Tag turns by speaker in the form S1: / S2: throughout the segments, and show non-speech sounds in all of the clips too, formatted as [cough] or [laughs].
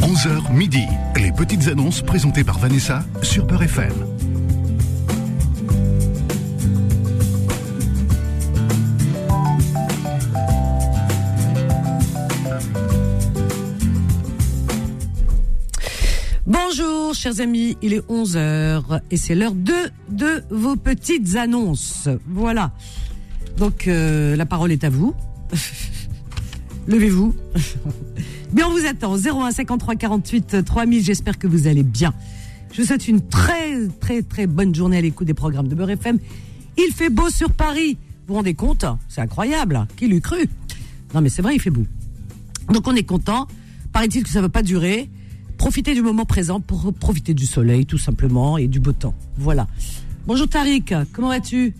S1: 11h midi. Les petites annonces présentées par Vanessa sur Peur FM.
S2: Bonjour chers amis, il est 11h et c'est l'heure de, de vos petites annonces. Voilà. Donc euh, la parole est à vous. [laughs] Levez-vous. [laughs] Bien, on vous attend. 01 53 48 3000, j'espère que vous allez bien. Je vous souhaite une très très très bonne journée à l'écoute des programmes de Beurre FM. Il fait beau sur Paris. Vous vous rendez compte hein, C'est incroyable. Qui l'eût cru Non mais c'est vrai, il fait beau. Donc on est content. Paraît-il que ça ne va pas durer. Profitez du moment présent pour profiter du soleil, tout simplement, et du beau temps. Voilà. Bonjour Tariq, comment vas-tu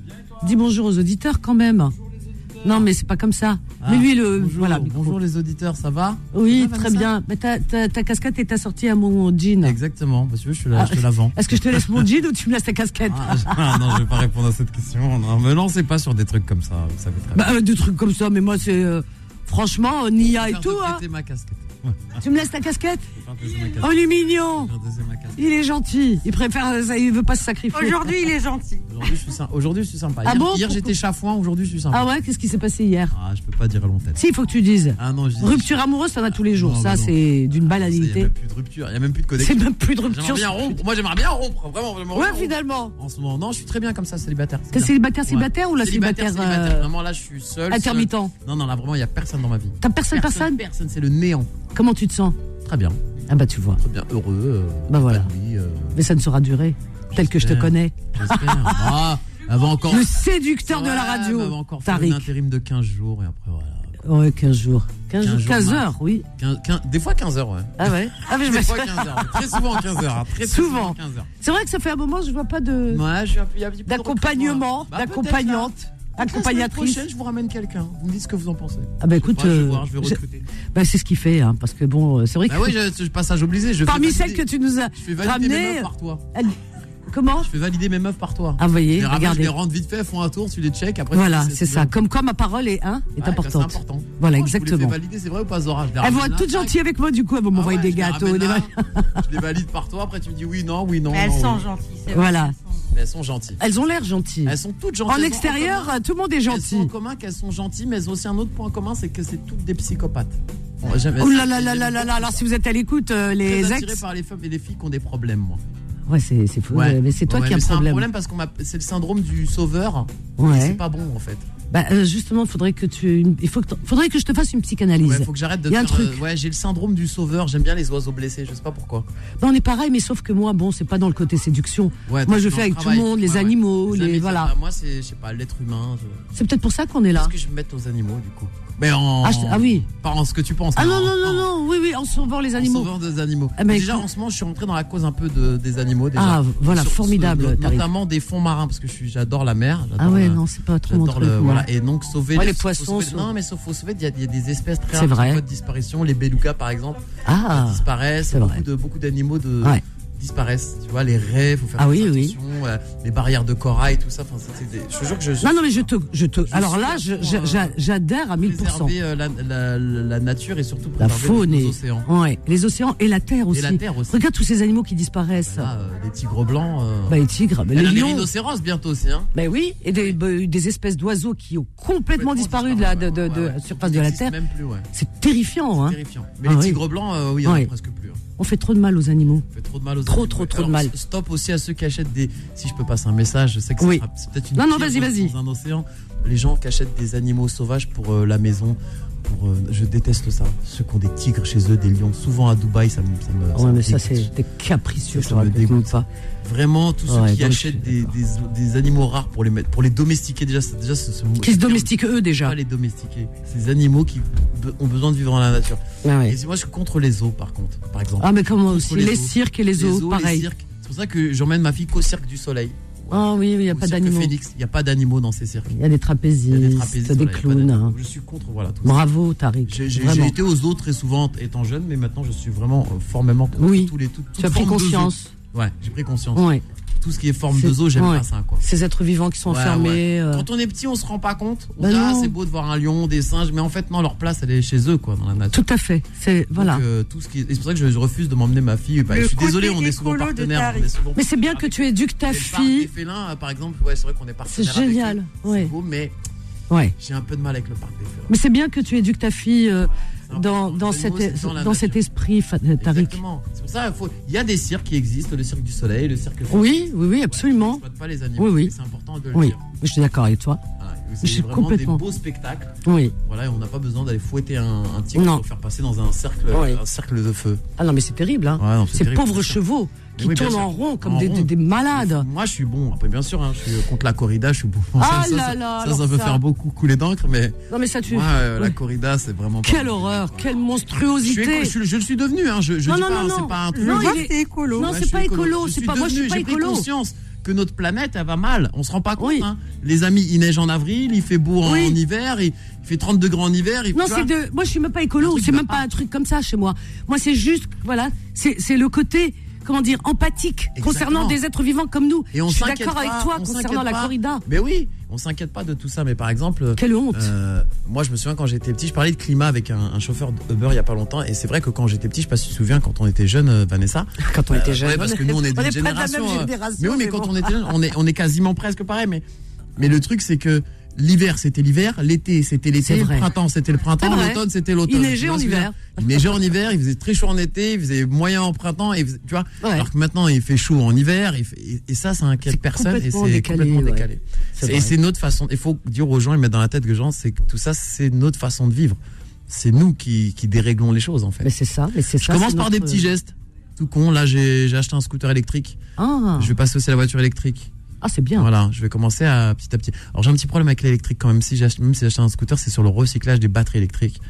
S2: Dis bonjour aux auditeurs quand même. Non, mais c'est pas comme ça. mais lui, le.
S3: Ah, Bonjour,
S2: voilà.
S3: bonjour les auditeurs, ça va
S2: Oui,
S3: Ça va,
S2: très
S3: Vanessa
S2: bien. Mais ta, ta- ta casquette est assortie à mon jean.
S3: Exactement, parce que je, suis là,
S2: Ah.
S3: je te la vends.
S2: Est-ce que je te laisse mon jean ou tu me laisses ta casquette
S3: Ah, non, je vais pas répondre à cette question. Non, me lancez pas sur des trucs comme ça, vous savez très bien.
S2: Bah, euh, des trucs comme ça, mais moi, c'est. euh, franchement, euh, Nia et
S3: Faire
S2: tout,
S3: de
S2: hein.
S3: péter ma casquette. Ouais,
S2: Tu me laisses ta casquette
S3: faire de péter ma casquette.
S2: Oh, il est mignon
S3: Faire de péter ma casquette.
S2: Il est gentil. Il préfère. euh, ça, il veut pas se sacrifier.
S4: Aujourd'hui, il est gentil.
S3: Aujourd'hui, je suis sympa. Aujourd'hui, je suis sympa.
S2: Ah
S3: Hier,
S2: bon
S3: hier, j'étais chafouin, aujourd'hui, je suis sympa.
S2: Ah ouais, qu'est-ce qui s'est passé hier
S3: Ah, je peux pas dire à long tête.
S2: Si, il faut que tu dises.
S3: Ah non, je dis.
S2: Rupture amoureuse, ça va tous les jours.
S3: Non,
S2: ça,
S3: mais non.
S2: c'est d'une
S3: Il y a
S2: banalité.
S3: même plus de rupture, il y a même plus de
S2: C'est
S3: connexion.
S2: même plus de
S3: J'aimerais
S2: rupture.
S3: bien rompre. Moi, j'aimerais bien rompre. Vraiment, j'aimerais
S2: Ouais,
S3: bien rompre.
S2: finalement.
S3: En ce moment, non, je suis très bien comme ça, célibataire. c'est
S2: T'es
S3: bien.
S2: célibataire,
S3: Ouais.
S2: célibataire ou la célibataire,
S3: célibataire.
S2: euh,
S3: Vraiment, là, je suis seul. seul.
S2: intermittent
S3: Non, non, là, vraiment, il y a personne dans ma
S2: [laughs]
S3: vie.
S2: T'as personne,
S3: Personne,
S2: personne
S3: personne, c'est le néant.
S2: Comment tu te sens
S3: Très bien,
S2: Ah bah tu vois.
S3: très bien, heureux. euh,
S2: Bah voilà.
S3: épanoui, euh,
S2: Mais ça ne saura durer, tel que je te
S3: J'espère.
S2: connais.
S3: j'espère. ah, elle va encore.
S2: Le séducteur de la
S3: Ouais, elle va
S2: radio.
S3: encore faire une
S2: Tariq.
S3: intérim de 15 jours et après voilà.
S2: Ouais, 15 jours. 15,
S3: 15
S2: jours,
S3: jours
S2: 15
S3: max.
S2: heures, oui.
S3: 15 15 des fois 15 heures, ouais.
S2: Ah ouais. Ah mais je
S3: [laughs] Des
S2: me-
S3: fois 15 heures. Très souvent 15 heures. hein, Très, très
S2: Souvent.
S3: 15 heures.
S2: C'est vrai que ça fait un moment, je vois pas de
S3: Moi, je suis un peu. il y a un petit peu de
S2: d'accompagnement,
S3: recrutement, là. Bah, peut-être, là.
S2: d'accompagnante,
S3: Peut-être La semaine
S2: accompagnatrice.
S3: prochaine, je vous ramène quelqu'un. Vous me dites ce que vous en pensez.
S2: Ah bah écoute,
S3: Moi, je vais
S2: euh,
S3: voir, je vais
S2: je-
S3: recruter.
S2: bah, c'est ce qu'il fait, hein, parce que bon, euh, c'est vrai que
S3: Bah oui, je, je- passage obligé. Je fais
S2: parmi
S3: valider-
S2: celles que tu nous as
S3: Je fais valider mes
S2: ramenées,
S3: meufs par toi.
S2: elle- comment
S3: Je fais valider mes meufs par toi.
S2: Ah
S3: Je
S2: voyez,
S3: les ramène, je les
S2: regardez.
S3: rentre vite fait, font un tour, tu les checks. Après,
S2: Voilà,
S3: tu sais si
S2: c'est
S3: c'est
S2: ça.
S3: bon.
S2: Comme quoi, ma parole est, hein, est
S3: Ouais, bah,
S2: importante.
S3: C'est important. Oh,
S2: Voilà,
S3: Je vous les
S2: exactement.
S3: fais valider, c'est vrai ou pas, Zora Je les
S2: Elles vont
S3: ramène
S2: être
S3: là,
S2: toutes
S3: tac.
S2: gentilles avec moi, du coup, elles vont
S3: Ah
S2: m'envoyer
S3: ouais,
S2: des
S3: je les ramène
S2: gâteaux. des
S3: là,
S2: machins.
S3: Je les valide par toi, après tu me dis oui, non, oui, non.
S4: Mais elles
S3: non,
S4: sont
S3: oui.
S4: gentilles. c'est vrai,
S2: Voilà.
S4: elles sont
S3: Mais elles sont gentilles.
S2: Elles ont l'air gentilles.
S3: Elles sont toutes gentilles.
S2: En
S3: Elles ont
S2: extérieur,
S3: commun-
S2: euh, tout le monde est
S3: Elles sont en
S2: gentil.
S3: commun qu'elles sont gentilles, mais elles ont aussi un autre point commun, c'est que c'est toutes des psychopathes. Bon, j'aime-
S2: Oh là là là
S3: j'aime
S2: là là là,
S3: beaucoup
S2: alors
S3: ça.
S2: si vous êtes à l'écoute, euh,
S3: Très
S2: les
S3: attiré
S2: ex.
S3: par les femmes et les filles qui ont des problèmes, moi.
S2: Ouais, c'est c'est faux. euh, Mais c'est toi
S3: Ouais,
S2: qui as
S3: mais
S2: un
S3: C'est un
S2: problème.
S3: problème parce qu'on m'a- c'est le syndrome du sauveur. Et C'est
S2: Ouais.
S3: pas bon en fait.
S2: Bah, euh, justement, faudrait que tu. Il faut que t'en- faudrait que je te fasse une psychanalyse.
S3: Ouais, faut que j'arrête de.
S2: Il y a un
S3: faire, euh,
S2: truc.
S3: ouais, j'ai le syndrome du sauveur. J'aime bien les oiseaux blessés. Je sais pas pourquoi.
S2: Bah, on est pareil, mais sauf que moi, bon, c'est pas dans le côté séduction.
S3: Ouais,
S2: moi,
S3: t'es
S2: je
S3: dans
S2: fais avec tout le
S3: travail.
S2: monde, les
S3: Ouais, ouais.
S2: animaux, les.
S3: amis, ça,
S2: voilà.
S3: bah, moi, c'est, je sais pas, l'être humain. Je...
S2: C'est peut-être pour ça qu'on est là.
S3: Qu'est-ce que je vais me mettre aux animaux du coup Mais en.
S2: Ah, je- ah oui.
S3: Pas en ce que tu penses.
S2: Ah
S3: hein,
S2: non, non,
S3: en-
S2: non,
S3: en-
S2: non, oui, oui, en sauvant les
S3: en
S2: animaux.
S3: sauveur des animaux.
S2: Ah, mais
S3: déjà,
S2: écoute-
S3: en ce moment, je suis rentré dans la cause un peu de, des animaux. Déjà.
S2: Ah, voilà,
S3: Sur-
S2: formidable,
S3: sur-
S2: Tariq.
S3: notamment des fonds marins, parce que je suis, j'adore la mer. j'adore
S2: Ah ouais,
S3: la-
S2: non, c'est pas trop mon
S3: J'adore
S2: truc.
S3: le.
S2: moi.
S3: Voilà. Et donc, sauver
S2: Ouais, les
S3: faut
S2: poissons
S3: sauver-
S2: sont-
S3: Non, mais sauf faut sauver, il y, a- il y a des espèces très
S2: C'est
S3: rares qui sont
S2: vrai.
S3: en voie de disparition. Les belugas, par exemple,
S2: Ah,
S3: disparaissent.
S2: c'est vrai.
S3: Beaucoup, de, beaucoup d'animaux de.
S2: Ouais.
S3: disparaissent, tu vois, les rêves, faut faire
S2: Ah
S3: très
S2: oui, oui.
S3: attention, euh, les barrières de corail, tout ça, enfin, c'est- c'est des- je te jure que je
S2: non, non, mais je te. Je te
S3: Je
S2: alors
S3: suis
S2: là,
S3: à
S2: je-
S3: fond,
S2: je-
S3: euh,
S2: j'a- j'adhère à 1000%.
S3: préserver euh, la, la- la nature et surtout
S2: La
S3: préserver
S2: faune
S3: les,
S2: et.
S3: océans.
S2: Ouais, les océans et la terre aussi.
S3: Et la terre aussi.
S2: Regarde tous ces animaux qui disparaissent.
S3: Là, euh, les tigres blancs, euh,
S2: Bah, les tigres, bah,
S3: il y
S2: les
S3: en a des
S2: lions.
S3: rhinocéros bientôt aussi, hein.
S2: Bah oui, et des, bah, des espèces d'oiseaux qui ont complètement disparu de la, de, de-
S3: Ouais,
S2: de
S3: ouais,
S2: la
S3: ouais.
S2: surface
S3: Ils
S2: de la
S3: n'existent
S2: Terre.
S3: même plus, ouais.
S2: C'est terrifiant, hein.
S3: Terrifiant. Mais
S2: Ah
S3: les
S2: oui.
S3: tigres blancs, euh, oui, il y en a
S2: Ouais.
S3: presque plus. hein.
S2: On fait trop de mal aux animaux.
S3: Ça fait trop de mal aux
S2: Trop,
S3: animaux.
S2: trop, trop
S3: Alors,
S2: de mal.
S3: Stop aussi à ceux qui achètent des. Si je peux passer un message, je sais que ça
S2: Oui.
S3: sera- c'est peut-être une.
S2: Non, non,
S3: pierre
S2: vas-y,
S3: dans-
S2: vas-y.
S3: Dans un océan, les gens qui achètent des animaux sauvages pour euh, la maison. Pour, euh, je déteste ça. Ceux qui ont des tigres chez eux, des lions, souvent à Dubaï, ça me. Ça me
S2: Ouais, mais ça,
S3: dégoûte.
S2: c'est t'es capricieux, je
S3: Ça
S2: te
S3: me
S2: raconte
S3: dégoûte.
S2: même pas.
S3: Vraiment, tous ceux
S2: Ouais,
S3: qui
S2: donc,
S3: achètent
S2: je suis
S3: des, des- des animaux rares pour les, mettre, pour les domestiquer, déjà, c'est déjà ce, ce mot-
S2: Qui se
S3: ce terme,
S2: domestiquent eux déjà.
S3: Pas les domestiquer. Ces animaux qui be- ont besoin de vivre dans la nature.
S2: Ah, ouais.
S3: Et moi, je suis contre les zoos, par contre. Par exemple.
S2: Ah, mais comment aussi
S3: les
S2: Les
S3: zoos.
S2: cirques et les zoos,
S3: les
S2: pareil.
S3: cirques. C'est pour ça que j'emmène ma fille qu'au cirque du soleil.
S2: Ah oui, il n'y a
S3: Au
S2: pas
S3: cirque
S2: d'animaux.
S3: Phoenix, il n'y a pas d'animaux dans ces cirques.
S2: Il y a des trapézistes,
S3: Il y a
S2: des,
S3: des trapézistes, voilà, il y a pas
S2: clowns.
S3: d'animaux.
S2: hein.
S3: Je suis contre, voilà. Tout ça.
S2: Bravo, Tariq.
S3: J'ai- J'ai j'ai
S2: Vraiment.
S3: été aux autres très souvent étant jeune, mais maintenant je suis vraiment euh, formellement contre
S2: Oui.
S3: tous les, tout,
S2: Tu as pris conscience.
S3: Ouais, j'ai pris conscience.
S2: Ouais.
S3: Toute tout ce qui est forme
S2: C'est-
S3: de zoo, j'aime
S2: ouais.
S3: pas ça, quoi.
S2: Ces êtres vivants qui sont
S3: Ouais,
S2: enfermés.
S3: ouais.
S2: euh,
S3: Quand on est petit, on se rend pas compte. On
S2: Bah
S3: dit, ah,
S2: non.
S3: c'est beau de voir un lion, des singes, mais en fait, non, leur place, elle est chez eux, quoi, dans la nature.
S2: Tout à fait. C'est voilà.
S3: Donc, euh, tout ce qui est- et C'est pour ça que je je refuse de m'emmener ma fille. Bah,
S4: Le
S3: je suis
S4: côté
S3: désolé, on est souvent
S4: écolo de
S3: partenaires.
S4: Tariq.
S3: on est souvent
S2: Mais c'est bien que
S3: partenaires
S2: tu éduques ta
S3: avec- les parcs des
S2: fille.
S3: félins, euh, par exemple, ouais, c'est vrai qu'on est partenaires.
S2: C'est
S3: avec
S2: génial,
S3: eux.
S2: ouais.
S3: C'est beau, mais
S2: Ouais.
S3: j'ai un peu de mal avec le parc des félins.
S2: Mais c'est bien que tu éduques ta fille euh,
S3: C'est
S2: dans,
S3: important,
S2: dans,
S3: c'est
S2: cet,
S3: nouveau, c'est dans la
S2: dans cet
S3: nature.
S2: esprit, Fa- euh, Tariq.
S3: Exactement. C'est pour ça, il faut- il y a des cirques qui existent, le cirque du soleil, le cirque.
S2: Oui, oui, oui,
S3: On
S2: absolument.
S3: n'exploite pas les animaux.
S2: Oui, oui.
S3: et C'est important de le
S2: Oui,
S3: dire.
S2: je suis d'accord avec toi.
S3: Voilà.
S2: Je suis
S3: C'est vraiment
S2: complètement-
S3: des beaux spectacles.
S2: Oui.
S3: Voilà, et on n'a pas besoin d'aller fouetter un, un tigre
S2: Non.
S3: pour le faire passer dans un cercle,
S2: Oui.
S3: un cercle de feu.
S2: Ah non, mais c'est terrible. Hein.
S3: Ouais, non, c'est
S2: Ces
S3: terrible,
S2: pauvres
S3: bien sûr.
S2: chevaux qui
S3: oui, bien
S2: tournent
S3: sûr.
S2: en rond comme
S3: En
S2: des,
S3: rond.
S2: des- des malades.
S3: Moi, je suis bon. Après, bien sûr, hein, je suis euh, contre la corrida. Je suis bon.
S2: Ah
S3: [laughs] ça, ça,
S2: là
S3: ça, ça,
S2: là,
S3: ça
S2: alors
S3: peut
S2: ça.
S3: faire beaucoup couler d'encre, mais
S2: Non, mais ça, tu.
S3: moi, euh, la
S2: Ouais.
S3: corrida, c'est vraiment. pas
S2: Quelle
S3: mon délire,
S2: horreur,
S3: quoi.
S2: quelle
S3: Je, suis éco-
S2: monstruosité.
S3: je, suis- je le suis devenu. Hein, je je
S2: Non,
S3: dis
S2: non,
S3: pas,
S2: non,
S3: hein,
S2: non.
S3: c'est pas un truc.
S4: Je
S2: Non,
S4: vois
S2: il
S4: que
S2: est-
S4: c'est écolo.
S2: Non,
S3: Ouais,
S2: c'est
S3: je suis
S2: pas écolo,
S3: Je
S2: c'est
S3: suis
S2: pas- moi, je suis
S3: devenu,
S2: pas
S3: j'ai pris
S2: écolo.
S3: conscience que notre planète, elle va mal. On se rend pas compte.
S2: Oui.
S3: hein. Les amis, il neige en avril, il fait beau en,
S2: Oui.
S3: en hiver, il, il fait 30 degrés en hiver. il-
S2: Non,
S3: tu
S2: c'est
S3: vois.
S2: de. Moi, je suis même pas
S3: Un
S2: écolo.
S3: truc
S2: C'est
S3: de
S2: même pas
S3: art.
S2: un truc comme ça chez moi. Moi, c'est juste, voilà, c'est c'est le côté, comment dire, empathique
S3: Exactement.
S2: concernant des êtres vivants comme nous.
S3: Et on
S2: je suis
S3: s'inquiète
S2: d'accord avec
S3: pas,
S2: toi
S3: on
S2: concernant
S3: s'inquiète
S2: la
S3: pas.
S2: corrida.
S3: Mais oui, on s'inquiète pas de tout ça. Mais par exemple,
S2: Quelle honte.
S3: euh, moi je me souviens quand j'étais petit, je parlais de climat avec un, un chauffeur d'Uber il y a pas longtemps. Et c'est vrai que quand j'étais petit, je sais pas si tu te souviens, quand on était jeune, euh, Vanessa.
S2: [laughs] Quand on
S3: euh, ouais, parce que nous on est d'une
S2: on est pas de la même
S3: génération. euh,
S2: génération.
S3: mais oui, mais quand on était jeune, on est, on est quasiment presque pareil. Mais, mais le truc c'est que. L'hiver, c'était l'hiver. L'été, c'était
S2: C'est
S3: l'été.
S2: vrai.
S3: Le printemps, c'était le printemps.
S2: C'est vrai.
S3: L'automne, c'était l'automne.
S2: Il neigeait
S3: Tu vois
S2: en
S3: ce que je veux
S2: hiver.
S3: dire Il neigeait en hiver. Il faisait très chaud en été. Il faisait moyen en printemps. Et il faisait- tu vois.
S2: Ouais.
S3: Alors que maintenant, il fait chaud en hiver. il fait- et, et ça, ça inquiète
S2: C'est
S3: personne. Et c'est
S2: complètement
S3: complètement
S2: décalé, ouais.
S3: décalé.
S2: C'est
S3: C'est-
S2: vrai.
S3: Et c'est notre façon. Il faut dire aux gens et mettre dans la tête que gens, c'est que tout ça, c'est notre façon de vivre. C'est nous qui, qui déréglons les choses en fait.
S2: Mais c'est ça, mais c'est ça.
S3: Je commence
S2: c'est
S3: par des
S2: notre-
S3: petits gestes. Tout con, là j'ai j'ai acheté un scooter électrique.
S2: Ah,
S3: Je vais passer aussi à la voiture électrique.
S2: Ah, c'est bien.
S3: Voilà, je vais commencer à petit à petit. Alors j'ai un petit problème avec l'électrique quand même. Si j'achète, même si j'ai acheté un scooter, c'est sur le recyclage des batteries électriques.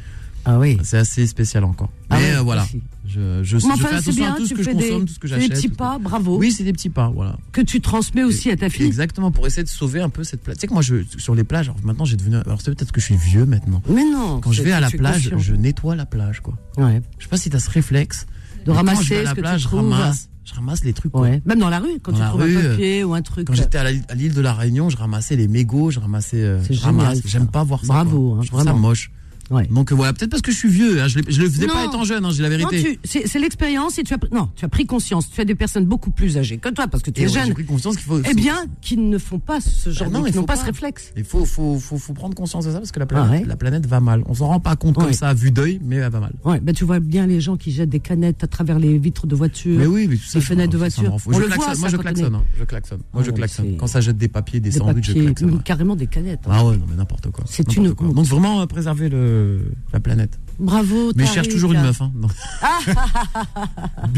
S2: Ah oui.
S3: C'est assez spécial encore. Mais
S2: Ah ouais,
S3: euh, voilà,
S2: aussi.
S3: je, je,
S2: Mais
S3: je fais
S2: enfin, c'est
S3: attention
S2: bien,
S3: à tout ce
S2: tu
S3: que je
S2: fais
S3: consomme,
S2: des,
S3: tout ce que
S2: tu fais des
S3: j'achète.
S2: petits
S3: tout ce que-
S2: pas, Ah, bravo,
S3: Oui, c'est des petits pas, voilà.
S2: que tu transmets aussi à ta fille.
S3: Exactement, pour essayer de sauver un peu cette plage. Tu sais que moi, je, sur les plages, alors maintenant, j'ai devenu. Alors, c'est peut-être que je suis vieux maintenant.
S2: Mais non.
S3: Quand je
S2: c'est-
S3: vais à la
S2: tu es
S3: plage,
S2: conscient.
S3: je nettoie la plage, quoi.
S2: Ouais.
S3: Je sais pas si t'as ce réflexe. mais
S2: de
S3: quand
S2: ramasser
S3: je vais à
S2: ce
S3: la
S2: que
S3: plage,
S2: tu
S3: je
S2: trouves.
S3: ramasse, je ramasse les trucs, quoi.
S2: Ouais. Même dans la rue, quand
S3: Dans
S2: tu
S3: la
S2: trouves
S3: rue,
S2: un
S3: euh,
S2: papier ou un truc.
S3: Quand j'étais à la- à l'île de la Réunion, je ramassais les mégots, je ramassais. euh,
S2: C'est
S3: je
S2: génial,
S3: ramasse.
S2: ça.
S3: J'aime pas voir ça.
S2: Bravo,
S3: quoi.
S2: hein,
S3: je trouve ça
S2: vraiment.
S3: moche.
S2: Ouais.
S3: Donc euh, voilà, peut-être parce que je suis vieux. hein, Je, l'ai- je le faisais
S2: Non.
S3: pas étant jeune, hein, j'ai la
S2: Non,
S3: vérité.
S2: tu- c'est c'est l'expérience et tu as pris- non, tu as pris conscience. Tu as des personnes beaucoup plus âgées que toi parce que tu
S3: Et
S2: es
S3: ouais,
S2: jeune.
S3: J'ai pris conscience qu'il faut. Ah
S2: Eh bien, qui ne font pas ce genre,
S3: non,
S2: de,
S3: il
S2: qui n'ont
S3: faut
S2: pas,
S3: pas.
S2: ce réflexe.
S3: Il faut, faut, faut, faut prendre conscience de ça parce que la planète,
S2: Ah ouais.
S3: la planète va mal. On s'en rend pas compte
S2: Ouais.
S3: comme ça à vue d'œil, mais elle va mal.
S2: Ouais, ben tu vois bien les gens qui jettent des canettes à travers les vitres de voiture.
S3: Mais oui, mais tout ça.
S2: Les
S3: je-
S2: fenêtres de
S3: ça, ça
S2: voiture.
S3: m'en fout.
S2: On
S3: Je
S2: le voit,
S3: klaxonne, moi
S2: ça,
S3: je
S2: quand on
S3: klaxonne,
S2: est-
S3: hein, je klaxonne. Moi
S2: Ah
S3: je
S2: ouais, c'est-
S3: klaxonne. Quand ça jette des papiers, des
S2: des
S3: sandwichs, je
S2: papiers,
S3: klaxonne.
S2: même
S3: ouais.
S2: carrément des canettes. hein.
S3: Ah ouais, non mais n'importe quoi.
S2: C'est
S3: N'importe
S2: une
S3: quoi.
S2: honte.
S3: Donc vraiment euh, préserver le la planète.
S2: Bravo.
S3: Mais je
S2: Tariq.
S3: cherche toujours une meuf hein. Non.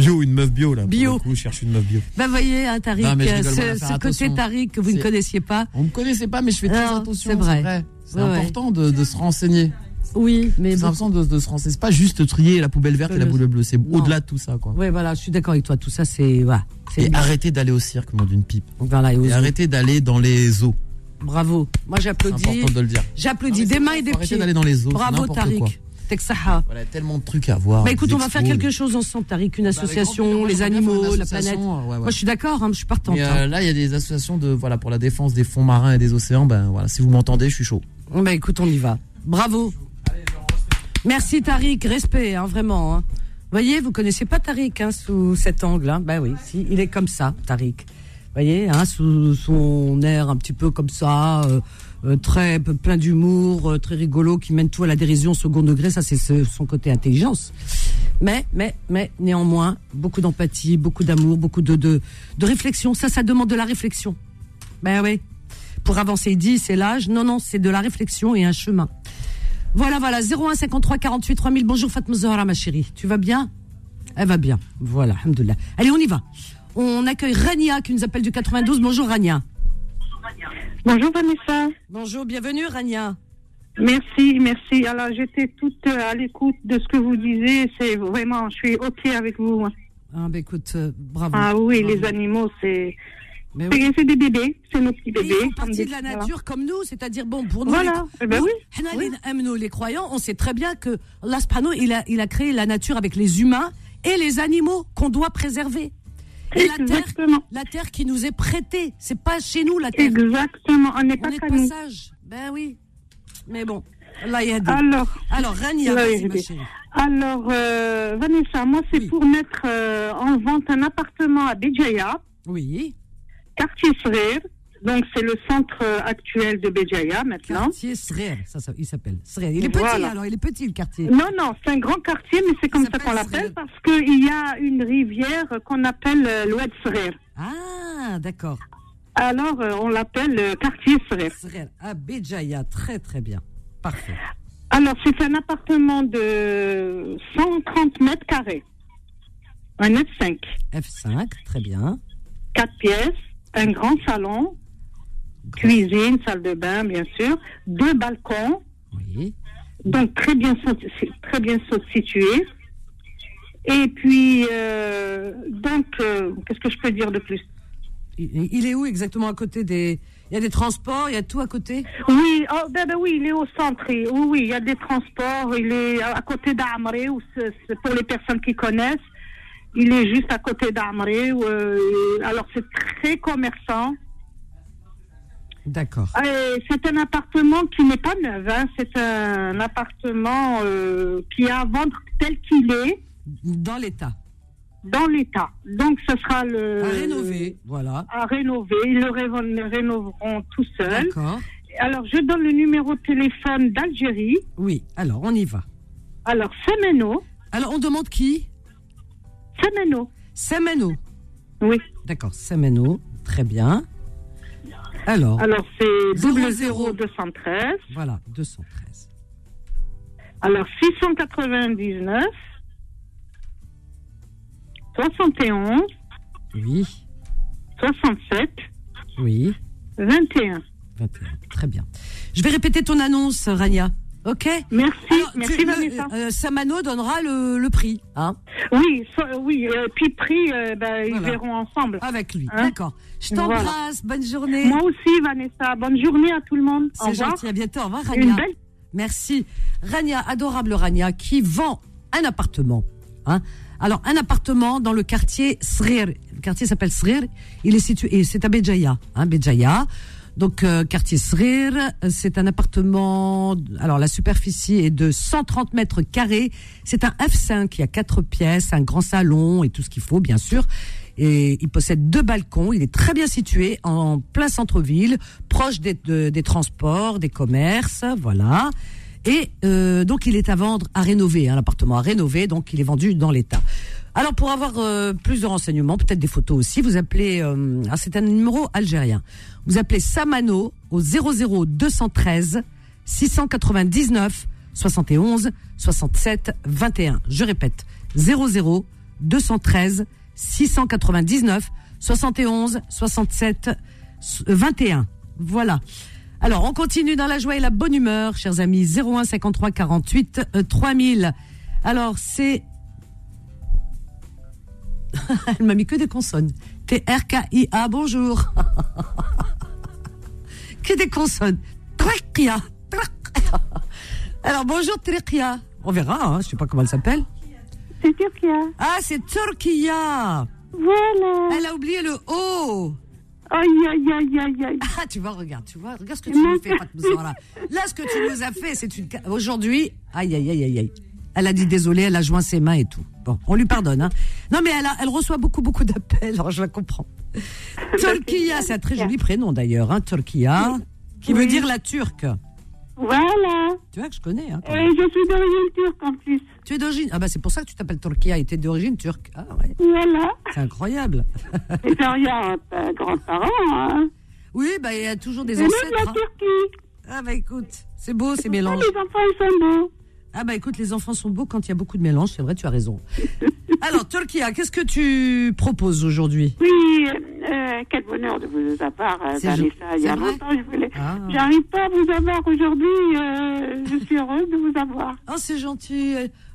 S2: [laughs]
S3: Bio, une meuf bio là. pour
S2: Bio.
S3: le coup, je cherche une meuf bio.
S2: Ben voyez, hein, Tariq,
S3: Non, mais je rigole,
S2: ce,
S3: voilà, faire
S2: ce côté
S3: attention.
S2: Tariq que vous ne
S3: C'est-
S2: connaissiez pas.
S3: On me connaissait pas mais je fais très
S2: Non,
S3: attention, c'est
S2: c'est vrai.
S3: vrai. C'est
S2: Ouais, ouais.
S3: important de, de se renseigner.
S2: Oui, mais
S3: C'est
S2: bon.
S3: important de, de se renseigner. C'est pas juste trier la poubelle verte et la
S2: Le-
S3: boule bleue. C'est
S2: Non.
S3: au-delà de tout ça quoi.
S2: Ouais, voilà, je suis d'accord avec toi. Tout ça, c'est voilà, c'est
S3: Et arrêtez d'aller au cirque, nom d'une pipe.
S2: voilà, Ah, et aux
S3: Et
S2: autres.
S3: arrêtez d'aller dans les zoos.
S2: Bravo. Moi,
S3: C'est
S2: j'applaudis.
S3: important de le dire.
S2: J'applaudis
S3: Non, mais
S2: des
S3: c'est
S2: mains
S3: vrai,
S2: et des
S3: faut arrêter
S2: pieds.
S3: d'aller dans les zoos, c'est
S2: Bravo,
S3: n'importe quoi.
S2: Tariq. Texaha.
S3: Voilà, tellement de trucs à voir.
S2: Bah écoute, on va faire quelque chose ensemble, Tariq.
S3: Bah,
S2: Une association, les animaux, la planète. Moi, je suis d'accord, hein, je suis partante.
S3: Mais, euh,
S2: hein.
S3: là, il y a des associations de voilà pour la défense des fonds marins et des océans. Ben voilà, si vous m'entendez, je suis chaud.
S2: Bah écoute, on y va. Bravo. Merci, Tariq. Respect, hein, vraiment. Hein. Voyez, vous connaissez pas Tariq hein, sous cet angle. Hein. Bah oui, si, il est comme ça, Tariq. Voyez, hein, sous son air un petit peu comme ça, euh, euh, très p- plein d'humour, euh, très rigolo, qui mène tout à la dérision second degré. Ça, c'est ce- son côté intelligence. Mais, mais, mais, néanmoins, beaucoup d'empathie, beaucoup d'amour, beaucoup de, de, de réflexion. Ça, ça demande de la réflexion. Ben oui. Pour avancer, il dit, c'est l'âge. Non, non, c'est de la réflexion et un chemin. Voilà, voilà, 01 53 48 3000. Bonjour Fatma Zahra, ma chérie. Tu vas bien Elle va bien. Voilà, alhamdoulilah. Allez, on y va. On accueille Rania qui nous appelle du 92. Bonjour Rania.
S5: Bonjour Vanessa.
S2: Bonjour, bienvenue Rania.
S5: Merci, merci. Alors j'étais toute euh, à l'écoute de ce que vous disiez. C'est vraiment, je suis ok avec vous.
S2: Ah, bah écoute, euh, bravo.
S5: Ah oui,
S2: Bravo.
S5: les animaux, c'est
S2: Mais oui.
S5: c'est c'est des bébés, c'est nos petits
S2: Et ils
S5: bébés.
S2: font
S5: comme
S2: partie de
S5: des-
S2: la
S5: voilà.
S2: nature comme nous, c'est-à-dire bon pour nous.
S5: Voilà.
S2: les-
S5: Eh ben
S2: nous,
S5: oui.
S2: Hana, les- aime nous, les croyants, on sait très bien que Allah subhanahu, il a, il a créé la nature avec les humains et les animaux qu'on doit préserver. Et la terre,
S5: Exactement.
S2: la terre qui nous est prêtée. C'est pas chez nous, la terre.
S5: Exactement. On n'est
S2: On
S5: pas
S2: est de
S5: canon.
S2: passage. Ben oui. Mais bon, là, il y a des...
S5: Alors,
S2: Alors, Rania,
S5: Allah
S2: vas-y,
S5: yahdi.
S2: ma chérie.
S5: alors euh, Vanessa, moi, c'est
S2: Oui.
S5: pour mettre euh, en vente un appartement à Béjaïa,
S2: Oui,
S5: quartier Srer. Donc, c'est le centre euh, actuel de Béjaïa maintenant.
S2: quartier Srer, ça, ça- il s'appelle. Srer. Il est petit,
S5: Voilà.
S2: alors, il est petit, le quartier.
S5: Non, non, c'est un grand quartier, mais c'est comme ça
S2: s'appelle
S5: qu'on l'appelle
S2: Srer.
S5: parce qu'il y a une rivière qu'on appelle euh, l'Oued Srer.
S2: Ah, d'accord.
S5: Alors, euh, on l'appelle euh, quartier Srer.
S2: Srer, à Béjaïa, très très bien. Parfait.
S5: Alors, c'est un appartement de 130 mètres carrés. Un F5.
S2: F5, très bien.
S5: Quatre pièces, un grand salon, cuisine, salle de bain, bien sûr, deux balcons,
S2: Oui,
S5: donc très bien, so- très bien so- situé. Et puis, euh, donc, euh, qu'est-ce que je peux dire de plus
S2: il, il est où exactement à côté des... Il y a des transports, il y a tout à côté
S5: Oui, oh, ben, ben oui, il est au centre. il- Oui, oui, il y a des transports. Il est à à côté d'Amré, ou c'est- c'est pour les personnes qui connaissent. Il est juste à côté d'Amré. où, euh, alors, c'est très commerçant.
S2: D'accord.
S5: Euh, c'est un appartement qui n'est pas neuf. hein, C'est un appartement euh, qui est à vendre tel qu'il est,
S2: Dans l'état.
S5: dans l'état. Donc, ce sera le...
S2: À rénover, voilà.
S5: À rénover. Ils le révo- le rénoveront tout seuls.
S2: D'accord.
S5: Alors, je donne le numéro de téléphone d'Algérie.
S2: Oui, alors, on y va.
S5: Alors, Semeno.
S2: Alors, on demande qui
S5: Semeno.
S2: Semeno.
S5: Oui.
S2: D'accord, Semeno, très bien. Alors,
S5: Alors, c'est
S2: 00.
S5: 00213.
S2: voilà, 213.
S5: Alors, 699. 71.
S2: Oui,
S5: 67.
S2: oui,
S5: 21.
S2: 21. Très bien. Je vais répéter ton annonce, Rania. OK
S5: Merci.
S2: Alors,
S5: merci,
S2: tu- le-
S5: Vanessa.
S2: euh, Samano donnera le, le prix, hein,
S5: oui, so- oui. euh, puis, prix, euh, ben, ils
S2: Voilà.
S5: verront ensemble.
S2: avec lui.
S5: Hein
S2: D'accord. Je t'embrasse. Bonne journée.
S5: Moi aussi, Vanessa. Bonne journée à tout le monde. Au
S2: C'est
S5: revoir.
S2: gentil. À bientôt. Au revoir,
S5: Une
S2: Rania.
S5: belle
S2: Merci. Rania, adorable Rania, qui vend un appartement. Hein Alors, un appartement dans le quartier Srir. Le quartier s'appelle Srir. Il est situé, et c'est à Béjaïa. Hein, Béjaïa. Donc, euh, quartier Srir, euh, c'est un appartement. Alors, la superficie est de 130 mètres carrés. C'est un F5 qui a quatre pièces, un grand salon et tout ce qu'il faut, bien sûr. Et il possède deux balcons. Il est très bien situé en plein centre-ville, proche des, de- des transports, des commerces, voilà. Et euh, donc il est à vendre, à rénover, hein, l'appartement à rénover, donc il est vendu dans l'état. Alors pour avoir euh, plus de renseignements, peut-être des photos aussi, vous appelez, euh, ah, c'est un numéro algérien, vous appelez Samano au 00 213 699 71 67 21. Je répète, 00 213 699 71 67 21. Voilà. Alors, on continue dans la joie et la bonne humeur, chers amis. 01 53 48 euh, 3000. Alors, c'est. [laughs] Elle m'a mis que des consonnes. T-R-K-I-A, bonjour. [laughs] que des consonnes. Trakia. Trakia. Alors, bonjour, Trakia. On verra, hein, je sais pas comment elle s'appelle.
S4: C'est Turquia.
S2: Ah, c'est Turquia.
S4: Voilà.
S2: Elle a oublié le O.
S4: Aïe, aïe, aïe, aïe, aïe.
S2: Ah, tu vois, regarde, tu vois, regarde ce que tu nous fais, Fatma Zahra. Là, ce que tu nous as fait, c'est une. ca- Aujourd'hui, aïe, aïe, aïe, aïe, aïe. Elle a dit désolé, elle a joint ses mains et tout. Bon, on lui pardonne, hein. Non, mais elle, a- elle reçoit beaucoup, beaucoup d'appels, [laughs] alors je la comprends.
S4: [laughs]
S2: Turquia, c'est un très joli prénom d'ailleurs, hein, Turquia, qui veut dire la turque.
S4: Voilà.
S2: Tu vois que je connais, hein. quand même.
S4: Et je suis d'origine turque en plus.
S2: Tu es d'origine. Ah, bah, c'est pour ça que tu t'appelles Turquia et t'es d'origine turque. Ah, ouais,
S4: Voilà. [laughs]
S2: c'est incroyable.
S4: Et derrière, euh, grands-parents, hein.
S2: Oui, bah, il y a toujours
S4: Et
S2: des
S4: même
S2: ancêtres.
S4: la
S2: hein.
S4: Turquie.
S2: Ah, bah, écoute, c'est beau ces
S4: Tous
S2: mélanges.
S4: les enfants, ils sont beaux.
S2: Ah bah écoute, les enfants sont beaux quand il y a beaucoup de mélange, c'est vrai, tu
S4: [laughs]
S2: as raison. Alors, Turquia, qu'est-ce que tu proposes aujourd'hui
S4: Oui, euh, quel bonheur de vous avoir, euh,
S2: C'est
S4: Vanessa. Il y a
S2: vrai
S4: longtemps, je voulais.
S2: Ah.
S4: J'arrive pas à vous avoir aujourd'hui. euh, je suis heureuse de vous avoir.
S2: Oh, c'est gentil.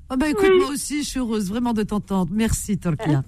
S2: Ah bah écoute,
S4: Oui.
S2: moi aussi, je suis heureuse vraiment de t'entendre. Merci, Turquia.
S4: hein.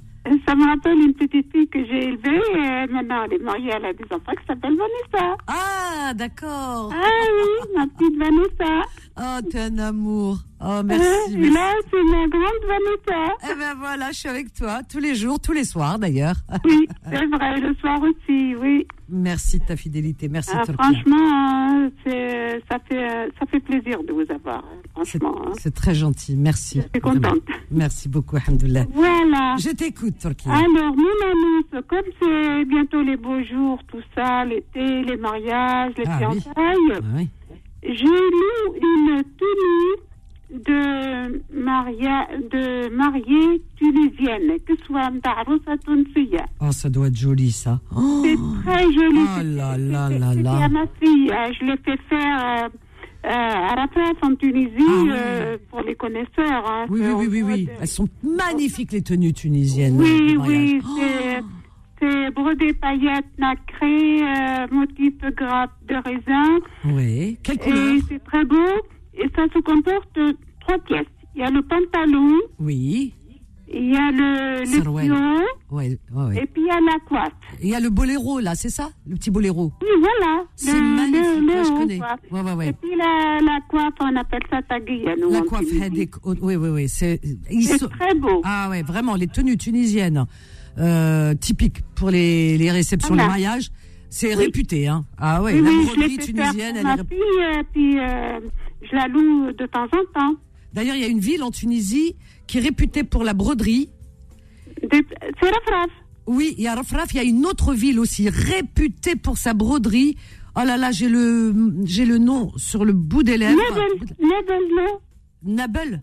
S4: Ça me rappelle une petite fille que j'ai élevée. Et maintenant, elle est mariée, elle a des enfants qui s'appellent Vanessa.
S2: Ah, d'accord.
S4: Ah oui, ma petite Vanessa.
S2: Oh, t'es un amour. Oh,
S4: Ah,
S2: merci.
S4: et là, c'est ma grande Vanessa.
S2: Eh ben voilà, je suis avec toi tous les jours, tous les soirs d'ailleurs.
S4: Oui, c'est vrai, le soir aussi, oui.
S2: Merci de ta fidélité, merci
S4: Ah,
S2: de ton cœur.
S4: franchement, euh, c'est- ça fait, euh, ça fait plaisir de vous avoir. hein,
S2: C'est-
S4: Franchement, hein.
S2: C'est très gentil, merci.
S4: je suis contente.
S2: Merci beaucoup, Alhamdoulilah.
S4: Voilà.
S2: Je t'écoute, Turquie.
S4: Alors, mon annonce, comme c'est bientôt les beaux jours, tout ça, l'été, les mariages, les
S2: Ah, oui.
S4: fiançailles,
S2: oui.
S4: j'ai lu une tenue de, maria, de mariée tunisienne, que ce soit Mtaarous à Tunisia.
S2: Oh, ça doit être joli, ça. Oh,
S4: C'est très joli.
S2: Oh là là
S4: C'était-
S2: là
S4: c'était
S2: là.
S4: à ma fille. Euh, Je l'ai fait faire euh, euh, à Rafat en Tunisie
S2: Ah oui.
S4: euh, pour les connaisseurs. hein.
S2: oui,
S4: C'est
S2: oui,
S4: en
S2: oui, oui, oui.
S4: mode-
S2: Elles sont magnifiques, les tenues tunisiennes. euh,
S4: Oui,
S2: du mariage.
S4: oui,
S2: Oh,
S4: c'est- c'est brodé paillettes nacrées, euh, motif grappe de raisin.
S2: oui. Quelle couleur
S4: Et c'est très beau. Et ça se comporte euh, trois pièces. Il y a le pantalon,
S2: Oui.
S4: il y a le, le
S2: Sarouel.
S4: pion,
S2: Ouais, ouais, ouais.
S4: et puis il y a la coiffe.
S2: Et Il y a le boléro, là, c'est ça Le petit boléro.
S4: Oui, voilà.
S2: C'est
S4: Le-
S2: magnifique,
S4: le- le
S2: ouais, je
S4: haut,
S2: connais.
S4: quoi.
S2: Ouais, ouais, ouais.
S4: Et puis la, la coiffe, on appelle ça taguilla, nous.
S2: La
S4: en
S2: coiffe
S4: Tunisie.
S2: Hedek. Oh, Oui, oui, oui. C'est ils
S4: C'est
S2: sont-
S4: très beau.
S2: Ah ouais, vraiment, les tenues tunisiennes, euh, typiques pour les, les réceptions,
S4: Voilà.
S2: les mariages, c'est réputé. Hein. Ah ouais,
S4: Ah bah. Oui, oui,
S2: la
S4: je l'ai
S2: broderie
S4: fait faire
S2: tunisienne,
S4: pour
S2: elle est
S4: ma
S2: réputée.
S4: fille, euh, puis euh, je la loue de temps en temps.
S2: D'ailleurs, il y a une ville en Tunisie qui est réputée pour la broderie.
S4: Des- C'est Rafraf.
S2: Oui, il y a Rafraf, il y a une autre ville aussi réputée pour sa broderie. Oh là là, j'ai le, j'ai le nom sur le bout des lèvres.
S4: Nebel, Nebel, non
S2: Nabel.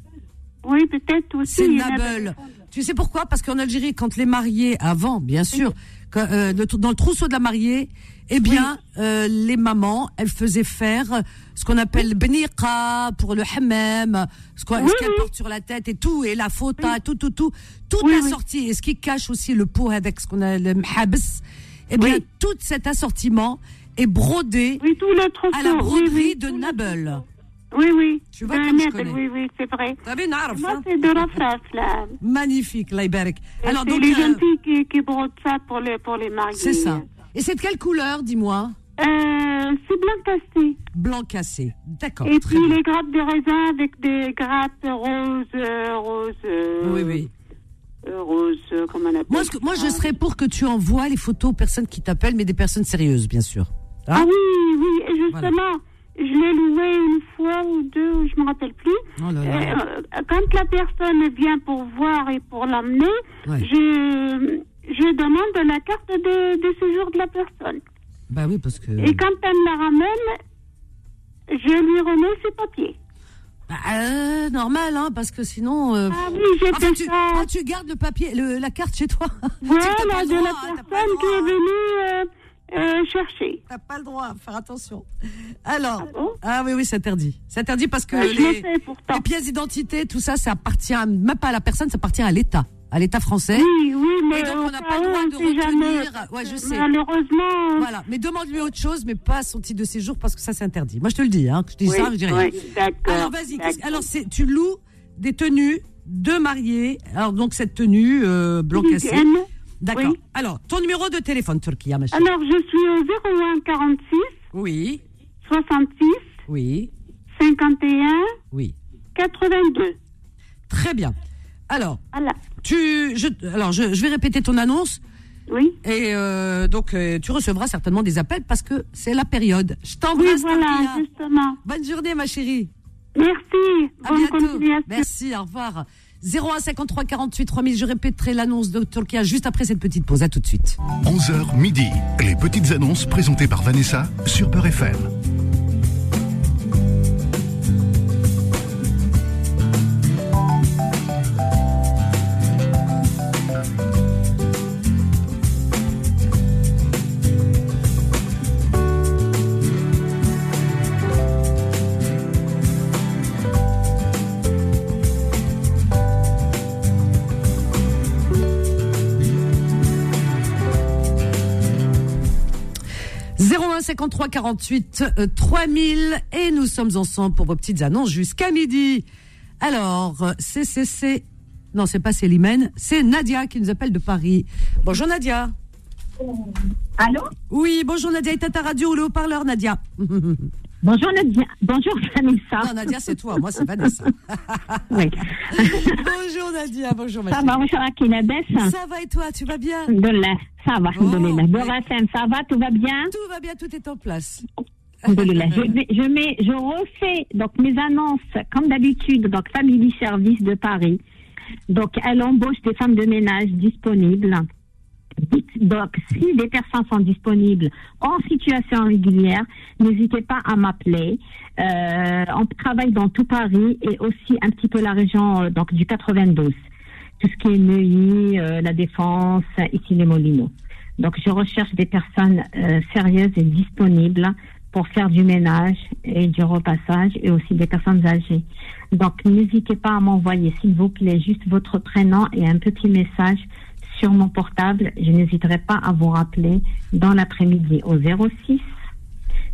S4: Oui, peut-être aussi.
S2: C'est
S4: il y en a-
S2: Nabel. Tu sais pourquoi Parce qu'en Algérie, quand les mariés, avant, bien sûr, quand, euh, le trou- dans le trousseau de la mariée, eh bien, euh, les mamans, elles faisaient faire euh, ce qu'on appelle beniqa pour le hammam, ce qu'on-
S4: Oui,
S2: ce qu'elles
S4: oui.
S2: portent sur la tête et tout, et la fauta, tout, tout, tout, toute
S4: Oui, oui.
S2: l'assortie. Et ce qui cache aussi le pot avec ce qu'on a le mhabs, eh bien,
S4: Oui.
S2: tout cet assortiment est brodé
S4: Oui, tout le trousseau.
S2: à la
S4: oui,
S2: broderie
S4: oui,
S2: de
S4: tout le
S2: Nabel.
S4: trousseau. Oui, oui.
S2: Tu vois
S4: de
S2: comme je
S4: Nebel,
S2: connais.
S4: oui, oui, c'est vrai.
S2: T'as vu, Narf,
S4: Moi,
S2: hein
S4: c'est de Rafraf, là.
S2: Magnifique, Laïberek. Alors,
S4: c'est
S2: donc,
S4: les
S2: euh,
S4: jeunes filles qui, qui brodent ça pour les, pour les mariés.
S2: C'est ça. Et c'est de quelle couleur, dis-moi
S4: Euh, c'est blanc cassé.
S2: Blanc cassé. D'accord.
S4: Et
S2: très
S4: puis
S2: bien.
S4: les grappes de raisin avec des grappes roses, euh, roses. euh,
S2: Oui, oui.
S4: euh, roses, euh, comment on appelle
S2: Moi, ce que- moi,
S4: ça
S2: je serais pour que tu envoies les photos aux personnes qui t'appellent, mais des personnes sérieuses, bien sûr.
S4: Ah
S2: Hein
S4: oui, oui, et justement, je l'ai loué une fois ou deux, je me rappelle plus.
S2: Oh là là.
S4: Euh, euh, quand la personne vient pour voir et pour l'emmener,
S2: Ouais.
S4: je, je demande la carte de, de séjour de la personne.
S2: Bah oui, parce que.
S4: Et quand elle me la ramène, je lui remets ses papiers.
S2: Bah, euh, normal, hein, parce que sinon. euh,
S4: Ah oui, j'ai
S2: enfin,
S4: fait
S2: tu,
S4: ça.
S2: ah, tu gardes le papier, le- la carte chez toi. [laughs] Tu sais que t'as pas
S4: Voilà,
S2: le
S4: de la
S2: droit, hein, t'as pas
S4: personne
S2: le
S4: qui
S2: droit,
S4: est
S2: hein.
S4: venue euh, euh, chercher.
S2: T'as pas le droit, faire attention. Alors.
S4: Ah bon
S2: Ah oui, oui, c'est interdit. C'est interdit parce que
S4: Euh, je l'ai
S2: les,
S4: fait pourtant.
S2: les pièces d'identité, tout ça, ça appartient à- même pas à la personne, ça appartient à l'État, à l'État français.
S4: Oui, oui, mais
S2: donc, on
S4: au
S2: n'a
S4: cas
S2: pas le
S4: où,
S2: droit
S4: on
S2: de
S4: sait jamais.
S2: retenir. Ouais, je sais.
S4: Malheureusement, hein.
S2: Voilà, mais demande-lui autre chose, mais pas son titre de séjour parce que ça c'est interdit. Moi je te le dis, hein, que je te dis
S4: Oui,
S2: ça, je dis rien.
S4: oui, d'accord.
S2: alors vas-y, qu'est-ce-
S4: d'accord.
S2: alors c'est tu loues des tenues de mariés, alors donc cette tenue euh, blanc cassé.
S4: Tunisienne,
S2: D'accord.
S4: oui.
S2: Alors ton numéro de téléphone, Turquia, ma chérie.
S4: Alors, je suis au 01 46
S2: Oui,
S4: 66
S2: oui,
S4: 51
S2: oui.
S4: 82.
S2: Très bien. Alors
S4: Voilà.
S2: tu, je, alors je, je vais répéter ton annonce.
S4: Oui.
S2: Et euh, donc, euh, tu recevras certainement des appels parce que c'est la période. Je
S4: Oui,
S2: t'embrasse,
S4: voilà,
S2: Turquia.
S4: justement.
S2: Bonne journée, ma chérie.
S4: Merci.
S2: À
S4: Bonne
S2: bientôt.
S4: continuation.
S2: Merci, au revoir. 0153 48 3000, je répéterai l'annonce de Turquia juste après cette petite pause. À tout de suite.
S1: 11h midi, les petites annonces présentées par Vanessa sur Peur FM.
S2: cinquante-trois 48 euh, 3000 et nous sommes ensemble pour vos petites annonces jusqu'à midi. Alors, euh, CCC Non, c'est pas Célimène, c'est Nadia qui nous appelle de Paris. Bonjour Nadia.
S6: Allô
S2: Oui, bonjour Nadia, est à ta radio ou le haut-parleur Nadia [laughs]
S6: Bonjour Nadia. Bonjour Vanessa.
S2: Non, Nadia, c'est toi, moi c'est
S6: [laughs]
S2: Vanessa.
S6: Oui.
S2: bonjour Nadia, bonjour ma
S6: Ça
S2: chérie.
S6: va, bonjour Akinabès.
S2: Ça va et toi, tu vas bien
S6: Alhamdulillah, Ça va,
S2: Oh,
S6: Alhamdulillah. Bon,
S2: oui.
S6: Rassem, ça va, tout va bien
S2: Tout va bien, tout est en place.
S6: Alhamdulillah.
S2: [laughs]
S6: je, vais- je, mets, je refais donc mes annonces, comme d'habitude, donc Family Service de Paris. Donc, elle embauche des femmes de ménage disponibles. Dites Donc, si des personnes sont disponibles en situation régulière, n'hésitez pas à m'appeler. Euh, on travaille dans tout Paris et aussi un petit peu la région euh, donc, du 92. Tout ce qui est Neuilly, euh, La Défense, euh, ici les Molinos. Donc, je recherche des personnes euh, sérieuses et disponibles pour faire du ménage et du repassage et aussi des personnes âgées. Donc, n'hésitez pas à m'envoyer, s'il vous plaît, juste votre prénom et un petit message sur mon portable. Je n'hésiterai pas à vous rappeler dans l'après-midi au 06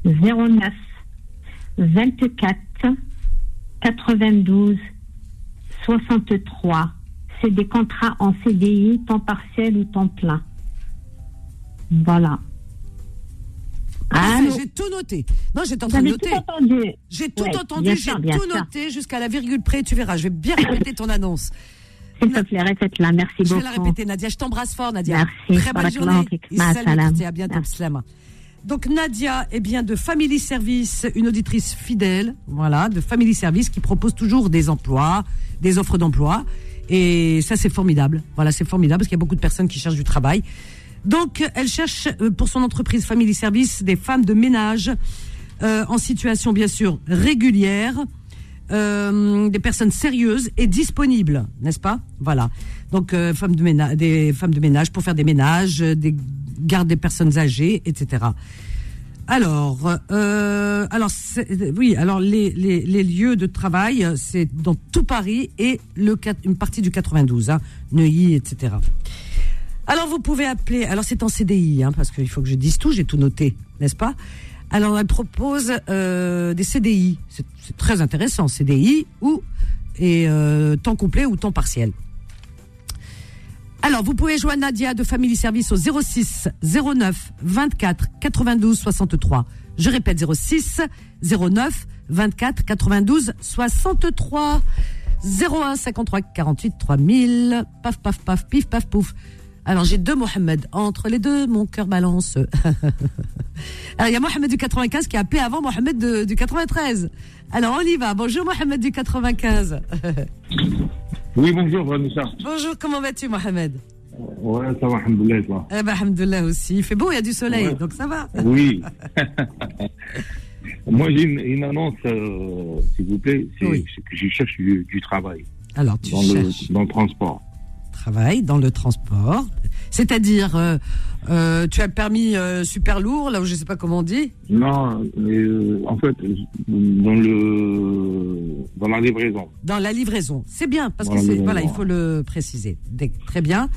S6: 09 24 92 63. C'est des contrats en CDI, temps partiel ou temps plein. Voilà. Allô
S2: Ah, J'ai tout noté. Non, j'étais
S6: Ah, vous
S2: en train de
S6: avez
S2: noter.
S6: tout entendu.
S2: J'ai tout
S6: Ouais,
S2: entendu,
S6: bien
S2: j'ai
S6: sûr, bien
S2: tout
S6: sûr.
S2: noté jusqu'à la virgule près, tu verras. Je
S6: [laughs]
S2: vais bien répéter ton annonce.
S6: S'il te plaît, répète-la. Merci
S2: Je vais
S6: beaucoup.
S2: la répéter, Nadia. Je t'embrasse fort, Nadia.
S6: Merci.
S2: Très bonne
S6: Barakallahu
S2: journée.
S6: fik.
S2: Et
S6: Ma
S2: salut,
S6: salam.
S2: et à bientôt.
S6: Merci.
S2: Slama. Donc, Nadia est bien de Family Service, une auditrice fidèle, voilà, de Family Service qui propose toujours des emplois, des offres d'emploi. Et ça, c'est formidable. Voilà, c'est formidable parce qu'il y a beaucoup de personnes qui cherchent du travail. Donc, elle cherche euh, pour son entreprise Family Service des femmes de ménage euh, en situation, bien sûr, régulière euh, des personnes sérieuses et disponibles, n'est-ce pas Voilà. Donc euh, femmes de ménage, des femmes de ménage pour faire des ménages, euh, des gardes des personnes âgées, etc. Alors, euh, alors c'est- euh, oui, alors les, les, les lieux de travail, euh, c'est dans tout Paris et le, quat- une partie du 92, hein, Neuilly, etc. Alors vous pouvez appeler, alors c'est en CDI, hein, parce qu'il faut que je dise tout, j'ai tout noté, n'est-ce pas Alors elle propose euh, des CDI, c'est c'est très intéressant, CDI ou et euh, temps complet ou temps partiel. Alors vous pouvez joindre Nadia de Family Service au 06 09 24 92 63. Je répète 06 09 24 92 63. 01 53 48 3000. Paf, paf, paf, pif, paf, pouf. Alors, j'ai deux Mohamed. Entre les deux, mon cœur balance. [laughs] Alors, il y a Mohamed du 95 qui a appelé avant Mohamed de- du 93. Alors, on y va. Bonjour, Mohamed du 95.
S7: Oui, bonjour, Vanessa.
S2: [laughs] Bonjour, comment vas-tu, Mohamed
S7: Ouais, ça va, alhamdoulilah, toi.
S2: Eh ben, alhamdoulilah aussi. Il fait beau, il y a du soleil,
S7: Ouais.
S2: donc ça va. [laughs]
S7: Oui. Moi, j'ai une, une annonce, euh, s'il vous plaît. C'est
S2: Oui.
S7: c'est que je cherche du, du travail
S2: Alors, tu
S7: dans
S2: cherches
S7: le, dans le transport.
S2: travail dans le transport. C'est-à-dire, euh, euh, tu as le permis euh, super lourd, là où je sais pas comment on dit.
S7: Non, euh, en fait, dans le dans la livraison.
S2: Dans la livraison. C'est bien, parce
S7: Dans
S2: que
S7: la
S2: c'est,
S7: livraison,
S2: voilà, il
S7: ouais.
S2: faut le préciser. Dès- Très bien.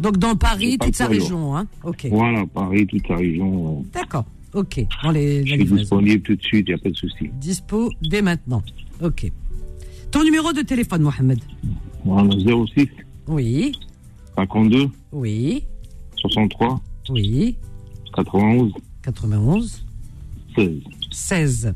S2: Donc dans Paris,
S7: C'est pas
S2: toute sa
S7: trop lourd.
S2: région, hein. Ok.
S7: Voilà, Paris, toute la région. euh,
S2: D'accord. Ok. Dans les,
S7: Je
S2: la
S7: suis
S2: livraison.
S7: disponible tout de suite, il n'y a pas de souci.
S2: Dispo dès maintenant. Ok. Ton numéro de téléphone, Mohamed.
S7: Voilà, 06
S2: Oui.
S7: 52
S2: Oui.
S7: 63
S2: Oui.
S7: 91
S2: 91
S7: 16.
S2: 16.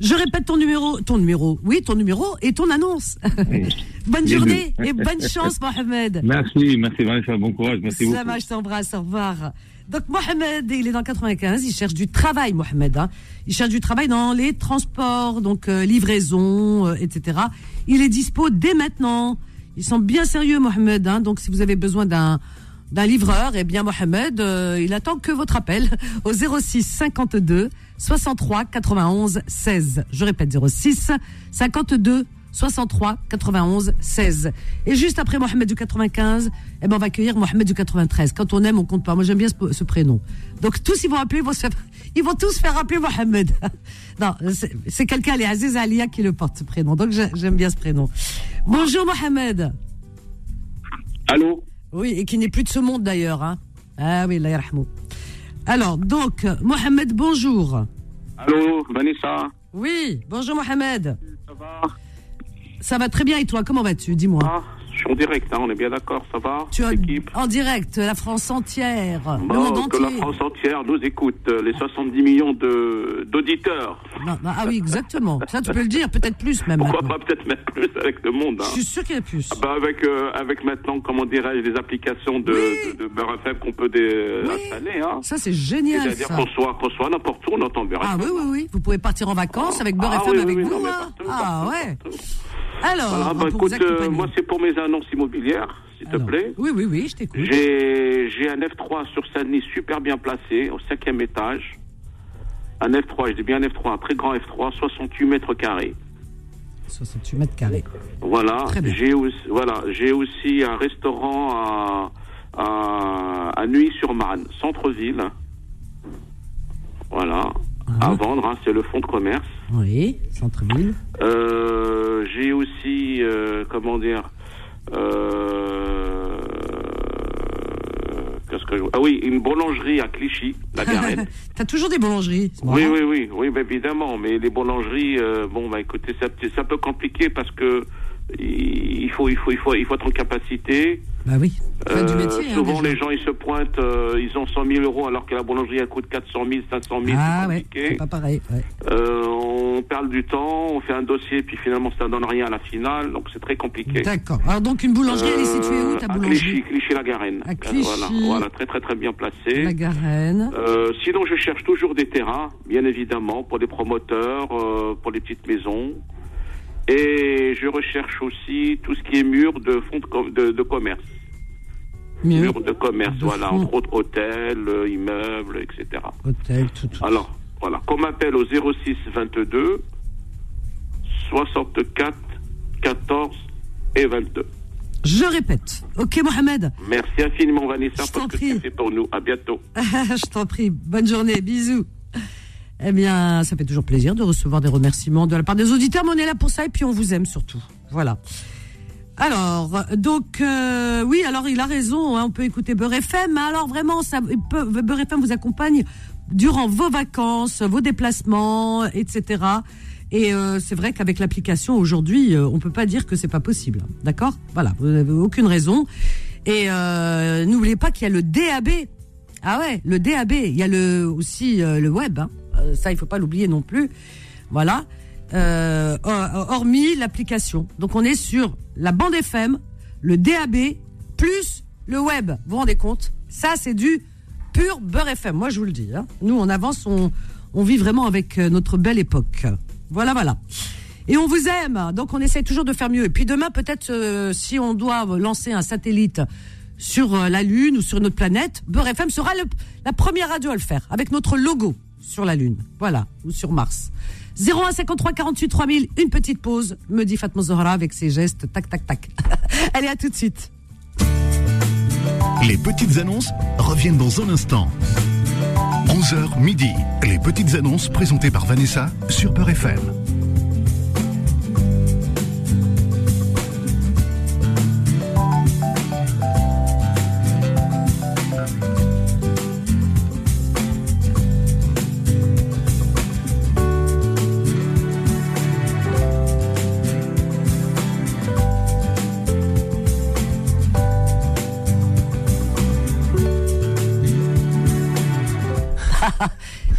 S2: Je répète ton numéro, ton numéro, oui, ton numéro et ton annonce.
S7: Et-
S2: [laughs] bonne
S7: Les
S2: journée et bonne chance, Mohamed.
S7: Merci, merci Vanessa, bon courage, merci beaucoup.
S2: Slama, je t'embrasse, au revoir. Donc Mohamed, il est dans 95, il cherche du travail, Mohamed. hein. Il cherche du travail dans les transports, donc euh, livraison, euh, etc. Il est dispo dès maintenant. Ils sont bien sérieux, Mohamed. hein. Donc si vous avez besoin d'un d'un livreur, eh bien Mohamed, euh, il attend que votre appel [laughs] au 06 52 63 91 16. Je répète 06 52 63 91 16. Et juste après Mohamed du 95, eh ben on va accueillir Mohamed du 93. Quand on aime, on compte pas. Moi j'aime bien ce, ce prénom. Donc tous ils vont appeler, ils vont, se faire- [laughs] ils vont tous faire appeler Mohamed. [laughs] non, c'est- c'est quelqu'un, les Aziz Alia qui le porte ce prénom. Donc j'ai- j'aime bien ce prénom. Bonjour Mohamed.
S8: Allô
S2: Oui, et qui n'est plus de ce monde d'ailleurs. Hein. Ah oui, Allah yarhamou. Alors, donc, Mohamed, bonjour.
S8: Allô, Vanessa
S2: Oui, bonjour Mohamed.
S8: Ça va
S2: Ça va très bien et toi, comment vas-tu Dis-moi.
S8: Ah, Je suis en direct, hein, on est bien d'accord, ça va
S2: Tu as
S8: L'équipe
S2: en direct la France entière, le
S8: Bon,
S2: monde
S8: Bah, que la
S2: entier.
S8: France entière nous écoute, euh, les 70 millions de- d'auditeurs.
S2: Non, non, ah oui, exactement. Ça, tu peux le dire, peut-être plus même.
S8: Pourquoi
S2: maintenant.
S8: pas peut-être même plus avec le monde hein.
S2: Je suis sûr qu'il y a plus.
S8: Ah bah, avec, euh, avec maintenant, comment dirais-je, des applications de,
S2: Oui.
S8: de, de Beurre FM qu'on peut dé-
S2: Oui.
S8: installer. Hein.
S2: Ça, c'est génial.
S8: C'est-à-dire
S2: Ça.
S8: qu'on soit, qu'on soit n'importe où, on entend Beurre
S2: Ah
S8: FM.
S2: oui, oui, oui. Vous pouvez partir en vacances avec Beurre
S8: Ah
S2: FM
S8: oui, oui,
S2: avec
S8: oui, non,
S2: nous.
S8: mais
S2: hein.
S8: partout,
S2: ah
S8: partout,
S2: ouais.
S8: partout.
S2: Alors,
S8: Voilà, bah,
S2: Ah, pour vous
S8: écoute, euh,
S2: accompagner.
S8: moi c'est pour mes annonces immobilières, s'il te
S2: Alors.
S8: plaît.
S2: Oui, oui, oui, je t'écoute.
S8: J'ai j'ai un F3 sur Saint-Denis super bien placé, au cinquième étage. Un F3, je dis bien un F3, un très grand F3, 68 mètres carrés.
S2: 68 mètres carrés.
S8: Voilà.
S2: Très bien.
S8: J'ai aussi, voilà, j'ai aussi un restaurant à, à, à Nuit-sur-Marne, centre-ville. Voilà.
S2: Ah.
S8: À vendre, hein, c'est le fonds de commerce.
S2: Oui, centre-ville.
S8: Euh, j'ai aussi, euh, comment dire, euh, qu'est-ce que je... Ah oui, une boulangerie à Clichy, la Garenne.
S2: T'as toujours des boulangeries. c'est
S8: oui,
S2: marrant.
S8: oui, oui, oui, bah, évidemment. Mais les boulangeries, euh, bon, bah écoutez, c'est un petit- c'est un peu compliqué parce que il faut, il faut, il faut, il faut être en capacité.
S2: Bah oui. Fais du
S8: Euh,
S2: métier. hein,
S8: souvent,
S2: déjà.
S8: les gens, ils se pointent, euh, ils ont 100 000 euros alors que la boulangerie, elle coûte 400 000, 500 000.
S2: Ah
S8: c'est
S2: ouais,
S8: compliqué.
S2: c'est pas pareil. ouais.
S8: Euh, on perd du temps, on fait un dossier, puis finalement ça donne rien à la finale, donc c'est très compliqué.
S2: D'accord. Alors donc une boulangerie, elle est située où ta
S8: Euh, à
S2: boulangerie
S8: Clichy, la Garenne.
S2: À Clichy.
S8: Voilà, voilà, très très très bien
S2: La
S8: placé.
S2: Garenne.
S8: Euh, sinon, je cherche toujours des terrains, bien évidemment, pour des promoteurs, euh, pour des petites maisons. Et je recherche aussi tout ce qui est mur de fonds de, com- de, de commerce.
S2: Mieux.
S8: Mur de commerce,
S2: Mmh. De
S8: voilà,
S2: fonds.
S8: entre autres hôtels, euh, immeubles, etc.
S2: Hôtel, tout, tout.
S8: Alors, voilà, qu'on m'appelle au 06 22 64 14 et 22.
S2: Je répète. Ok, Mohamed.
S8: Merci infiniment, Vanessa,
S2: Je t'en
S8: pour ce que
S2: prie.
S8: tu as fait pour nous. À bientôt.
S2: [laughs] je t'en prie. Bonne journée. Bisous. Eh bien, ça fait toujours plaisir de recevoir des remerciements de la part des auditeurs, mais on est là pour ça et puis on vous aime surtout. Voilà. Alors, donc, euh, oui, alors il a raison, hein, on peut écouter Beurre FM, mais alors vraiment, ça, il peut- Beurre FM vous accompagne durant vos vacances, vos déplacements, etc. Et euh, c'est vrai qu'avec l'application aujourd'hui, euh, on peut pas dire que c'est pas possible, hein, d'accord Voilà, vous n'avez aucune raison. Et euh, n'oubliez pas qu'il y a le DAB. Ah ouais, le DAB, il y a le, aussi euh, le web, hein. Euh, ça il faut pas l'oublier non plus. Voilà. Euh, hor- hormis l'application. Donc on est sur la bande FM, le DAB, plus le web. Vous vous rendez compte Ça, c'est du pur beurre FM. Moi, je vous le dis. hein. Nous, on avance, on, on vit vraiment avec euh, notre belle époque. Voilà, voilà. Et on vous aime, donc on essaye toujours de faire mieux. Et puis demain, peut-être, euh, si on doit lancer un satellite sur euh, la Lune ou sur notre planète, Beurre FM sera le- la première radio à le faire, avec notre logo sur la Lune, voilà, ou sur Mars. 01 53 48 3000, une petite pause, me dit Fatma Zohra avec ses gestes, tac, tac, tac. [laughs] Allez, à tout de suite.
S1: Les petites annonces reviennent dans un instant. 11h midi. Les petites annonces présentées par Vanessa sur Peur FM.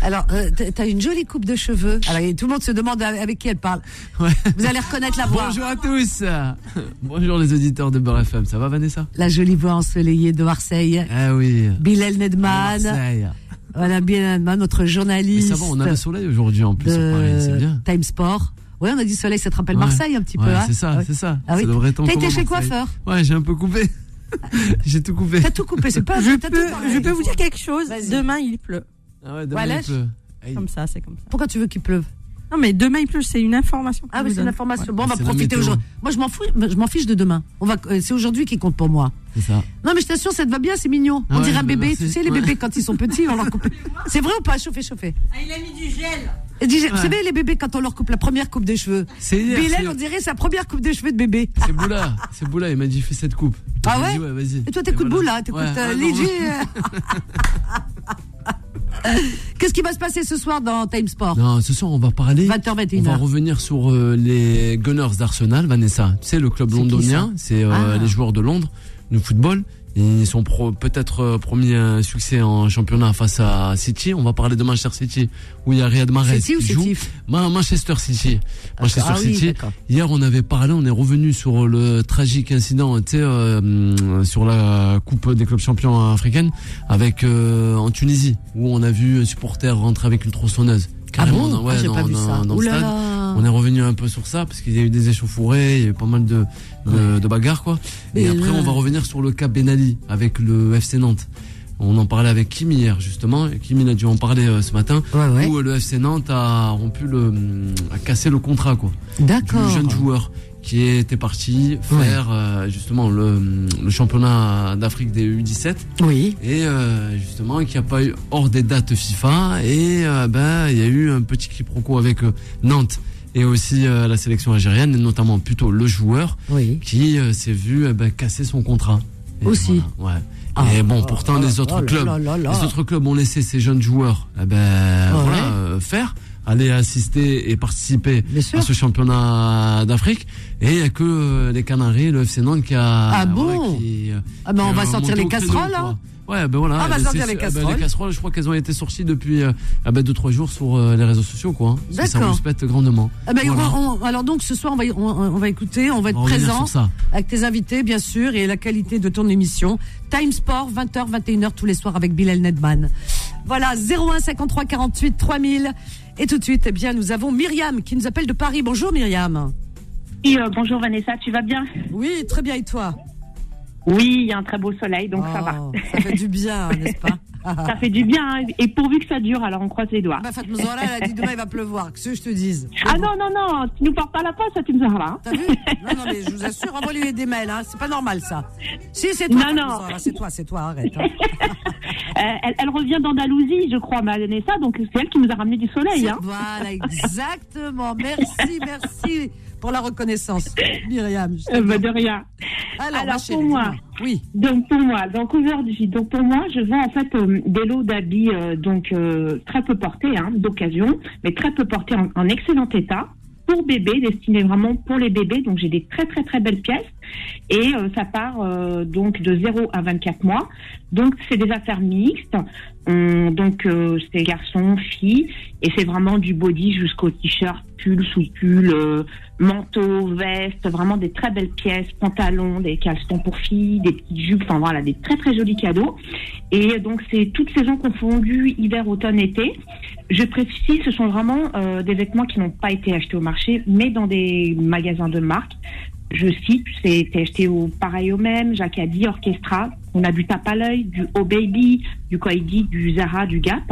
S2: Alors, euh, t'as- t'as une jolie coupe de cheveux. Alors, et tout le monde se demande avec qui elle parle.
S3: Ouais.
S2: Vous allez reconnaître la voix.
S3: Bonjour à tous [laughs] Bonjour les auditeurs de Beurre FM, ça va Vanessa
S2: La jolie voix ensoleillée de Marseille.
S3: Eh oui
S2: Bilal Nedman.
S3: Marseille
S2: Voilà, Bilal Nedman, notre
S3: Mais
S2: journaliste.
S3: ça va, on a le soleil aujourd'hui en plus sur Paris, c'est bien
S2: Time Sport. Oui, on a dit soleil, ça te rappelle
S3: Ouais.
S2: Marseille un petit peu.
S3: Ouais,
S2: hein
S3: c'est ça,
S2: Ouais.
S3: c'est ça.
S2: Ah
S3: ça
S2: oui.
S3: devrait être
S2: T'as été
S3: encore
S2: chez le
S3: Marseille.
S2: coiffeur
S3: Ouais, j'ai un peu
S2: [laughs]
S3: coupé. j'ai tout coupé.
S2: T'as tout coupé, c'est pas
S9: Je
S2: t'as
S9: peux,
S2: tout
S9: je
S2: parlé.
S9: peux vous dire quelque chose.
S2: Vas-y.
S9: Demain, il pleut.
S3: Ah ouais, demain,
S2: Voilà,
S3: il pleut. Aïe.
S9: Comme ça, c'est comme ça.
S2: Pourquoi tu veux qu'il pleuve
S9: Non, mais demain, il pleut, c'est une information. que
S2: Ah
S9: je
S2: oui,
S9: vous
S2: c'est une
S9: donne.
S2: information. Bon, on va
S3: C'est la
S2: profiter
S3: météo.
S2: aujourd'hui. Moi, je m'en fous, je m'en fiche de demain. On va, euh, c'est aujourd'hui qui compte pour moi.
S3: C'est ça.
S2: Non, mais je t'assure, ça te va bien, c'est mignon.
S3: Ah
S2: on
S3: ouais,
S2: dirait un
S3: bah
S2: bébé.
S3: merci.
S2: Tu sais, les
S3: Ouais.
S2: bébés, quand ils sont petits, on leur
S9: [laughs]
S2: coupe. C'est vrai ou pas Chauffez, chauffez.
S9: Ah, il a mis du gel.
S2: Et dis- Vous savez, les bébés, quand on leur coupe la première coupe des cheveux.
S3: C'est hier,
S2: Bilal,
S3: c'est-
S2: on dirait sa première coupe des cheveux de bébé.
S3: C'est Boula, c'est Boula, il m'a dit fais cette coupe.
S2: Ah
S3: J'ai dit,
S2: ouais
S3: vas-y.
S2: Et toi, t'écoutes euh,
S3: voilà.
S2: Boula, t'écoutes
S3: Ouais,
S2: euh,
S3: ouais,
S2: Lydie,
S3: non,
S2: euh. [laughs] Qu'est-ce qui va se passer ce soir dans Time Sport
S10: Non, ce soir, on va parler.
S2: 20h,
S10: On
S2: 21h.
S10: va revenir sur euh, les Gunners d'Arsenal, Vanessa. Tu sais, le club
S2: C'est qui,
S10: londonien,
S2: ça
S10: c'est euh,
S2: Ah.
S10: les joueurs de Londres, de football. Ils sont pro- peut-être euh, promis un succès en championnat face à City. On va parler de Manchester City, où il y a Riyad Mahrez
S2: City ou
S10: qui joue.
S2: City
S10: Ma- Manchester City. Manchester
S2: ah oui,
S10: City.
S2: d'accord.
S10: Hier, on avait parlé, on est revenu sur le tragique incident, tu sais, euh, hum, sur la Coupe des clubs champions africaines, avec euh, en Tunisie, où on a vu un supporter rentrer avec une tronçonneuse. Carrément,
S2: bon
S10: dans- ouais,
S2: Ah, j'ai
S10: dans-
S2: pas vu
S10: dans-
S2: ça.
S10: dans
S2: Ouh
S10: le
S2: là
S10: stade.
S2: là.
S10: On est revenu un peu sur ça parce qu'il y a eu des échauffourées, il y a eu pas mal de, de, de bagarres quoi. Et,
S2: Mais
S10: après
S2: là-
S10: on va revenir sur le cas Benali avec le FC Nantes. On en parlait avec Kim hier justement. Et Kim il a dû en parler euh, ce matin
S2: Ouais, ouais.
S10: où euh, le FC Nantes a rompu le hum, a cassé le contrat quoi du
S2: D'accord.
S10: jeune joueur qui était parti faire euh, justement le, hum, le championnat d'Afrique des U17
S2: Oui.
S10: et euh, justement qui a pas eu hors des dates FIFA et euh, ben il y a eu un petit quiproquo avec euh, Nantes et aussi euh, la sélection algérienne et notamment plutôt le joueur
S2: Oui.
S10: qui euh, s'est vu euh, ben, casser son contrat Et
S2: Aussi.
S10: voilà, ouais.
S2: Ah,
S10: et bon pourtant
S2: là,
S10: les autres
S2: oh là
S10: clubs
S2: là là là.
S10: les autres clubs ont laissé ces jeunes joueurs eh ben voilà,
S2: ouais.
S10: euh, faire aller assister et participer
S2: Bien sûr.
S10: à ce championnat d'Afrique et il y a que euh, les Canaries le FC Nantes qui a
S2: Ah bon
S10: qui, euh,
S2: Ah ben, on
S10: qui
S2: va
S10: a
S2: sortir
S10: monté
S2: les
S10: au créneau,
S2: casseroles,
S10: quoi.
S2: hein.
S10: Ouais, ben voilà.
S2: Ah, bah,
S10: ben,
S2: sortir
S10: c'est-
S2: les
S10: ah, ben,
S2: casseroles.
S10: les casseroles, je crois qu'elles ont été sorties depuis euh, ah 2-3 jours sur euh, les réseaux sociaux, quoi. hein. Parce que Ça
S2: D'accord.
S10: vous pète grandement.
S2: Ah ben,
S10: Voilà.
S2: on- on- alors donc ce soir on va, y- on, on va écouter, on va être
S10: On va revenir
S2: présent
S10: sur ça.
S2: avec tes invités bien sûr et la qualité de ton émission. Time Sport 20h 21h tous les soirs avec Bilal Nedman. Voilà 01 53 48 3000 et tout de suite eh bien nous avons Myriam qui nous appelle de Paris. Bonjour Myriam.
S11: Oui, euh, bonjour Vanessa, tu vas bien
S2: Oui très bien et toi
S11: Oui, il y a un très beau soleil, donc ça va.
S2: Oh, Ça fait du
S11: [laughs]
S2: bien n'est-ce pas
S11: Ça fait du bien, hein, et pourvu que ça dure, alors on croise les doigts.
S2: Bah Fatma Zahra, elle a dit demain il va pleuvoir. Qu'est-ce que je te dise
S11: Ah non, non, non, tu nous portes pas la poste, ça, tu me diras.
S2: T'as vu Non, non, mais je vous assure, envoie-lui des mails, hein. c'est pas normal ça. Si, c'est toi,
S11: Non,
S2: Fatma
S11: non.
S2: Zahra, c'est toi, c'est toi, arrête. hein.
S11: Euh, elle, elle revient d'Andalousie, je crois, ma Vanessa, donc c'est elle qui nous a ramené du soleil. Hein.
S2: Voilà, exactement. Merci, merci pour la reconnaissance, Myriam. je te
S11: Euh, bah,
S2: dis.
S11: de rien.
S2: Alors,
S11: alors,
S2: ma
S11: pour
S2: chérie,
S11: moi.
S2: dis-moi. Oui,
S11: Donc pour moi, donc aujourd'hui, donc pour moi, je vends en fait euh, des lots d'habits euh, donc euh, très peu portés, hein, d'occasion, mais très peu portés en, en excellent état pour bébés, destinés vraiment pour les bébés. Donc j'ai des très très très belles pièces et euh, ça part euh, donc de 0 à 24 mois. Donc c'est des affaires mixtes. On- donc euh, c'est garçons, filles et c'est vraiment du body jusqu'au t-shirt, pull, sous-pull, euh, manteau, veste, vraiment des très belles pièces, pantalons, des caleçons pour filles, des petites jupes, enfin voilà, des très très jolis cadeaux. Et donc c'est toutes saisons confondues, hiver, automne, été. Je précise, ce sont vraiment euh, des vêtements qui n'ont pas été achetés au marché, mais dans des magasins de marque. Je cite, c'est été acheté au pareil au même, Jacadi, Orchestra. On a du tape à l'œil, du Oh Baby, du Koidi, du Zara, du Gap.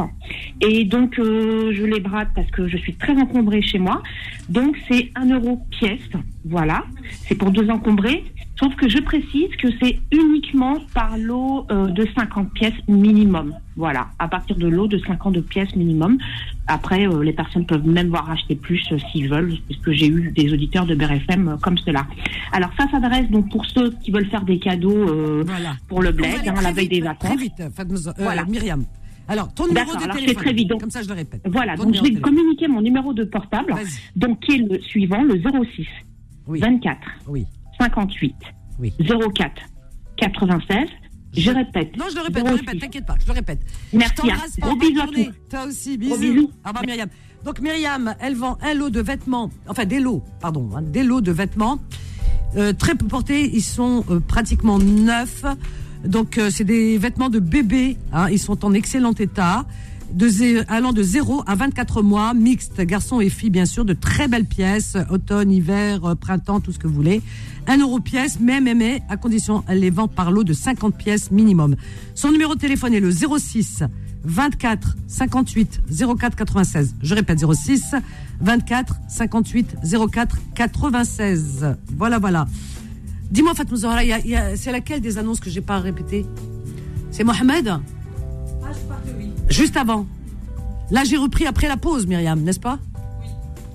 S11: Et donc, euh, je les brade parce que je suis très encombrée chez moi. Donc, c'est 1 euro pièce. Voilà. C'est pour deux encombrés. Sauf que je précise que c'est uniquement par lot euh, de 50 pièces minimum. Voilà. À partir de lot de 52 pièces minimum. Après, euh, les personnes peuvent même voir acheter plus euh, s'ils veulent, puisque j'ai eu des auditeurs de BRFM euh, comme cela. Alors, ça s'adresse donc pour ceux qui veulent faire des cadeaux euh,
S2: voilà.
S11: pour le
S2: On va
S11: bled,
S2: aller
S11: hein,
S2: très
S11: la veille
S2: vite,
S11: des vacances.
S2: Très vite, Fatma Zahra- euh,
S11: Voilà.
S2: Myriam. Alors, ton numéro
S11: D'accord,
S2: de
S11: alors, c'est
S2: téléphone.
S11: très vite, donc.
S2: Comme ça, je le répète.
S11: Voilà,
S2: Ton
S11: Ah, donc je
S2: numéro de
S11: vais
S2: téléphone.
S11: communiquer mon numéro de portable,
S2: Vas-y.
S11: donc qui est le suivant, le 06
S2: Oui.
S11: 24
S2: Oui.
S11: 58
S2: Oui.
S11: 04 96. Je répète.
S2: Non, je le répète, je le
S11: 06.
S2: répète, t'inquiète pas, je le répète.
S11: Merci,
S2: Je t'embrasse
S11: hein.
S2: fort,
S11: Gros
S2: bonne
S11: bisous à
S2: journée.
S11: tous.
S2: Toi aussi, bisous.
S11: Gros bisous.
S2: Au revoir, Myriam. Donc, Myriam, elle vend un lot de vêtements, enfin des lots, pardon, hein, des lots de vêtements euh, très peu portés. Ils sont euh, pratiquement neufs. Donc, euh, c'est des vêtements de bébé. hein, ils sont en excellent état. De zé- allant de 0 à 24 mois, mixte, garçons et filles, bien sûr, de très belles pièces, automne, hiver, euh, printemps, tout ce que vous voulez. 1 euro pièce, mais, mais, mais, à condition, elle les vend par lot de 50 pièces minimum. Son numéro de téléphone est le 06 24 58 04 96. Je répète 06 24 58 04 96. Voilà, voilà. Dis-moi, Fatma Zahra, il y a- il y a- c'est laquelle des annonces que j'ai pas répétées C'est Mohamed Ah, je Juste avant. Là, j'ai repris après la pause, Myriam, n'est-ce pas Oui.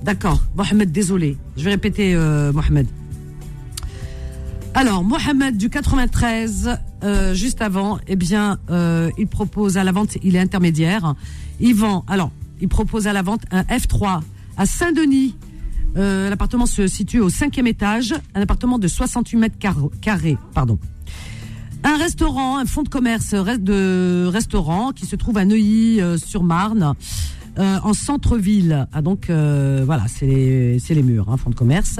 S2: D'accord. Mohamed, désolé. Je vais répéter, euh, Mohamed. Alors, Mohamed du 93, euh, juste avant, eh bien, euh, il propose à la vente, il est intermédiaire. Il vend, alors, il propose à la vente un F3 à Saint-Denis. Euh, L'appartement se situe au cinquième étage, un appartement de 68 mètres carrés, carrés, pardon. Un restaurant, un fonds de commerce res- de restaurant qui se trouve à Neuilly-sur-Marne, euh, en centre-ville. Ah, donc, euh, voilà, c'est les, c'est les murs, hein, fonds de commerce.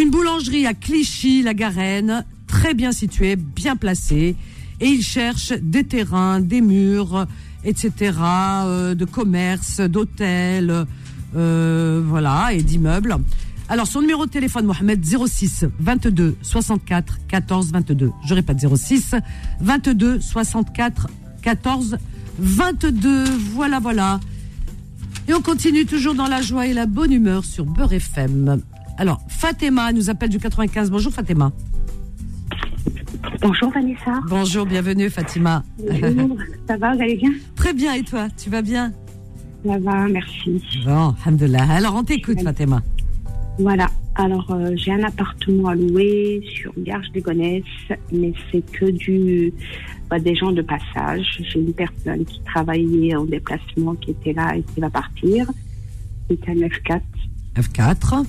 S2: Une boulangerie à Clichy-la-Garenne, très bien située, bien placée. Et ils cherchent des terrains, des murs, etc., euh, de commerce, d'hôtels, euh, voilà, et d'immeubles. Alors, son numéro de téléphone, Mohamed, 06 22 64 14 22. Je répète, 06 22 64 14 22. Voilà, voilà. Et on continue toujours dans la joie et la bonne humeur sur Beurre FM. Alors, Fatima nous appelle du 95. Bonjour Fatima.
S12: Bonjour Vanessa.
S2: Bonjour, bienvenue Fatima.
S12: Bonjour, ça va, vous allez bien
S2: [laughs] Très bien, et toi Tu vas bien
S12: Ça va, merci.
S2: Bon, alhamdoulilah. Alors, on t'écoute Fatima.
S12: Voilà, alors euh, j'ai un appartement à louer sur Garges des Gonesse, mais c'est que du, bah, des gens de passage. J'ai une personne qui travaillait en déplacement, qui était là et qui va partir. C'est un F4.
S2: F4,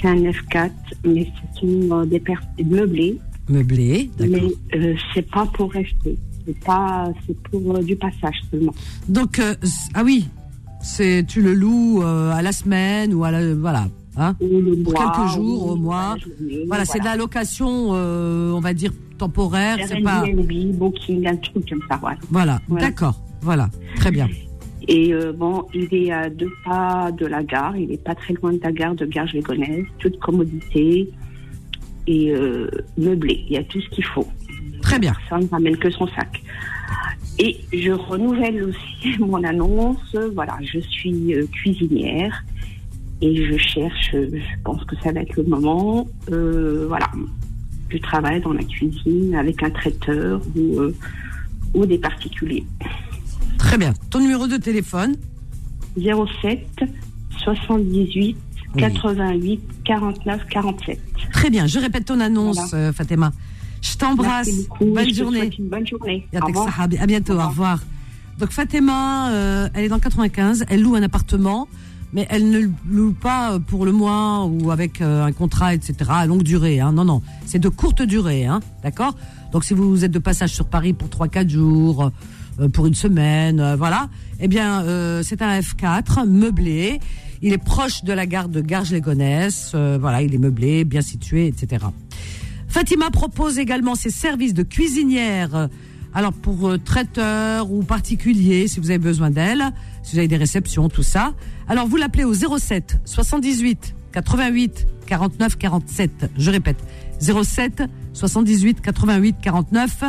S12: C'est un F4, mais ce sont euh, des personnes meublées.
S2: meublé,
S12: Mais
S2: d'accord.
S12: euh, c'est pas pour rester. C'est pas, c'est pour euh, du passage seulement.
S2: Donc, euh, s- ah oui, c'est tu le loues euh, à la semaine ou à la, voilà. Hein, pour
S12: mois,
S2: quelques jours,
S12: ou
S2: au mois.
S12: journée,
S2: voilà, c'est de
S12: voilà.
S2: la location, euh, on va dire, temporaire. C'est pas...
S12: Airbnb, Booking, un truc comme ça, voilà.
S2: Voilà,
S12: Voilà.
S2: d'accord. Voilà, très bien.
S12: Et euh, bon, il est à deux pas de la gare, il n'est pas très loin de la gare de gare Gonesse, toute commodité et euh, meublé, il y a tout ce qu'il faut.
S2: Très bien.
S12: Ça ne ramène que son sac. Et je renouvelle aussi [laughs] mon annonce, voilà, je suis euh, cuisinière et je cherche, euh, je pense que ça va être le moment, euh, voilà, je travaille dans la cuisine avec un traiteur ou, euh, ou des particuliers.
S2: Très bien. Ton numéro de téléphone
S12: 07 78 88 49 47.
S2: Très bien, je répète ton annonce,
S12: Voilà.
S2: euh, Fatima. Je t'embrasse.
S12: Merci beaucoup,
S2: Bonne
S12: je te
S2: journée.
S12: souhaite une bonne journée.
S2: Yatek
S12: Au revoir.
S2: Sahab. À bientôt, au revoir. Donc Fatima, euh, elle est dans 95, elle loue un appartement, mais elle ne le loue pas euh, pour le mois ou avec euh, un contrat, etc., à longue durée. hein. Non, non, c'est de courte durée, hein, d'accord Donc si vous êtes de passage sur Paris pour 3-4 jours, euh, pour une semaine, euh, voilà, eh bien euh, c'est un F4 meublé. Il est proche de la gare de Garges-les-Gonesses, euh, voilà, il est meublé, bien situé, etc. Fatima propose également ses services de cuisinière. euh, Alors pour euh, traiteurs ou particuliers, si vous avez besoin d'elle, si vous avez des réceptions, tout ça. Alors vous l'appelez au 07 78 88 49 47. Je répète, 07 78 88 49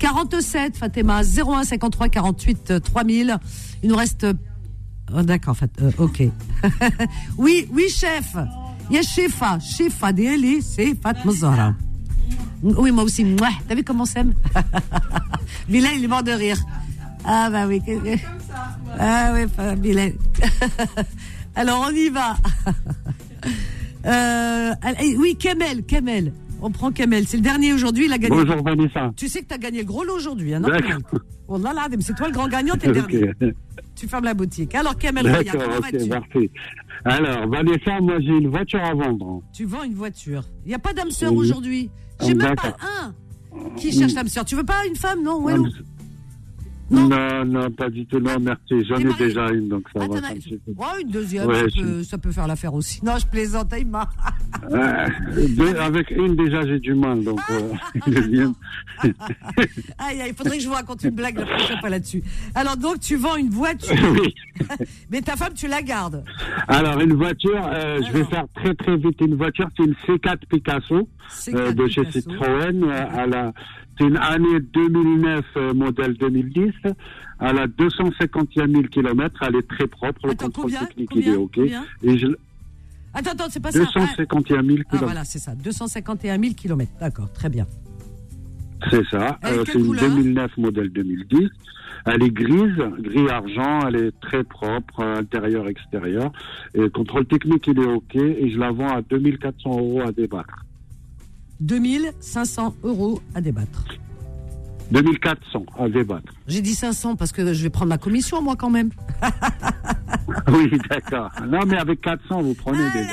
S2: 47. Fatima 01 53 48 euh, 3000. Il nous reste euh, Oh, D'accord, Fat- euh, ok. [laughs] oui, oui, chef. Il y a Chefa. Chefa d'Eli, c'est Fatma Zahra. Oui, moi aussi. Mouah. T'as vu comment on s'aime [laughs] Bilal, il est mort de rire. Ah, bah oui. Ah, oui, fa- Bilal. [laughs] Alors, on y va. [laughs] Euh, allez, oui, Kamel, Kamel. On prend Kamel. C'est le dernier aujourd'hui. Il a gagné.
S13: Bonjour Vanessa.
S2: Tu sais que t'as gagné le gros lot aujourd'hui. Hein, non
S13: D'accord.
S2: Wallah, l'adem, c'est toi le grand gagnant, t'es le
S13: Ok.
S2: dernier. Tu fermes la boutique. Alors, Kamel, Roya,
S13: D'accord,
S2: comment
S13: ok, bah.
S2: vas-tu
S13: parfait. Alors, Vanessa, moi j'ai une voiture à vendre.
S2: Tu vends une voiture. Il n'y a pas d'âme sœur
S13: Oui.
S2: aujourd'hui. J'ai même pas
S13: D'accord. Mm. Ah,
S2: un qui cherche l'âme sœur. Tu veux pas une femme, non Walou
S13: Non, non, pas du tout, non, merci. J'en ai déjà une, donc ça va.
S2: t'en as-
S13: ça me suffit.
S2: Oh, une deuxième,
S13: Ouais,
S2: ça,
S13: je-
S2: peut, ça peut faire l'affaire aussi. Non, je plaisante, Aïma. [laughs]
S13: Euh, deux- avec une déjà j'ai du mal, donc euh, [laughs] deuxième.
S2: Ah, Aïe, aïe, il faudrait que je vous raconte une blague la prochaine fois là-dessus. Alors, donc, tu vends une voiture.
S13: [laughs] Oui.
S2: [laughs] Mais ta femme, tu la gardes.
S13: Alors une voiture, euh, je vais faire très très vite une voiture, c'est une C4 Picasso
S2: C4
S13: euh, de chez
S2: Picasso.
S13: Citroën. euh, à la, c'est une année 2009, euh, modèle 2010. Elle a 251 000 kilomètres, elle est très propre, le contrôle technique il est ok.
S2: Combien
S13: Et je,
S2: Attends, attends, c'est pas ça. Ah,
S13: 251 000 kilomètres.
S2: Ah, voilà, c'est ça. 251 000 km. D'accord, très bien.
S13: C'est ça.
S2: Elle est
S13: Euh,
S2: quelle
S13: c'est une
S2: couleur
S13: 2009 modèle 2010. Elle est grise, gris argent. Elle est très propre, euh, intérieur, extérieur. Et contrôle technique, il est OK. Et je la vends à 2400 euros à débattre.
S2: 2500 euros à débattre.
S13: 2400 à débattre.
S2: J'ai dit 500 parce que je vais prendre ma commission, moi, quand même.
S13: [laughs] Oui, d'accord. Non, mais avec 400, vous
S2: Ah
S13: prenez déjà.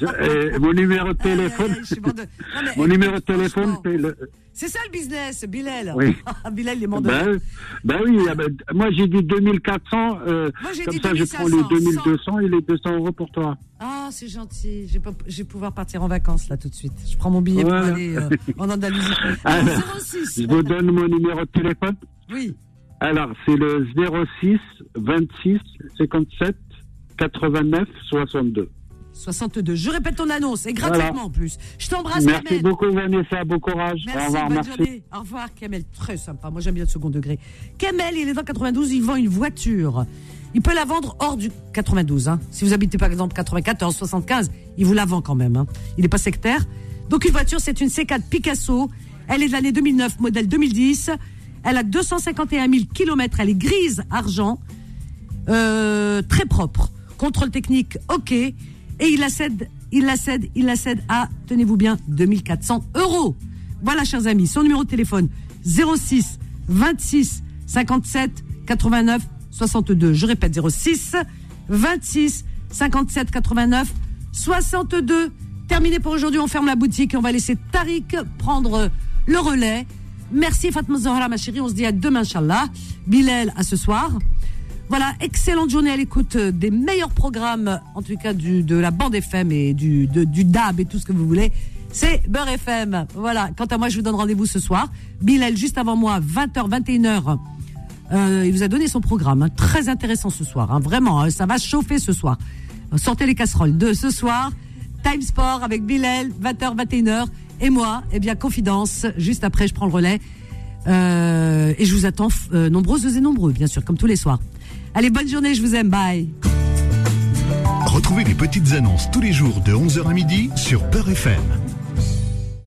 S13: Je- euh, mon numéro de téléphone. [laughs] mon numéro de téléphone, c'est le.
S2: C'est ça le business, Bilal. Ah,
S13: Oui.
S2: Bilal, il est mort de
S13: Ben,
S2: rire.
S13: ben oui, ah ben, moi j'ai dit 2400, euh,
S2: Moi, j'ai
S13: comme
S2: dit
S13: ça je
S2: 2500,
S13: prends les 2200 et les 200 euros pour toi.
S2: Ah, c'est gentil. Je vais, pas- je vais pouvoir partir en vacances là tout de suite. Je prends mon billet
S13: Voilà.
S2: pour aller euh, en Andalousie.
S13: [laughs] Alors,
S2: 06.
S13: je vous donne mon numéro de téléphone.
S2: Oui.
S13: Alors, c'est le 06 26 57 89 62.
S2: 62. Je répète ton annonce et gratuitement en plus. Je t'embrasse,
S13: Merci
S2: Kamel.
S13: beaucoup Vanessa, bon courage.
S2: Merci,
S13: Au revoir,
S2: bonne
S13: merci.
S2: journée. Au revoir, Kamel. Très sympa. Moi, j'aime bien le second degré. Kamel, il est dans 92, il vend une voiture. Il peut la vendre hors du 92. hein. Si vous habitez par exemple 94, 75, il vous la vend quand même. hein. Il n'est pas sectaire. Donc, une voiture, c'est une C4 Picasso. Elle est de l'année 2009, modèle 2010. Elle a 251 000 km. Elle est grise argent. Euh, très propre. Contrôle technique, ok. Et il la cède, il la cède, il la cède à, tenez-vous bien, 2400 euros. Voilà, chers amis, son numéro de téléphone 06 26 57 89 62. Je répète, 06 26 57 89 62. Terminé pour aujourd'hui, on ferme la boutique et on va laisser Tariq prendre le relais. Merci Fatma Zahra, ma chérie. On se dit à demain, Inch'Allah. Bilal, à ce soir. Voilà, excellente journée à l'écoute euh, des meilleurs programmes, en tout cas du, de la bande FM et du, de- du DAB et tout ce que vous voulez. C'est Beurre FM. Voilà, quant à moi, je vous donne rendez-vous ce soir. Bilal, juste avant moi, 20h, 21h. Euh, il vous a donné son programme, hein. très intéressant ce soir, hein. vraiment, hein, ça va chauffer ce soir. Sortez les casseroles de ce soir, Time Sport avec Bilal, 20h, 21h, et moi, eh bien, Confidence, juste après, je prends le relais, Euh, et je vous attends f- euh, nombreuses et nombreux, bien sûr, comme tous les soirs. Allez, bonne journée, je vous aime, bye
S1: Retrouvez les petites annonces tous les jours de 11h à midi sur Peur FM.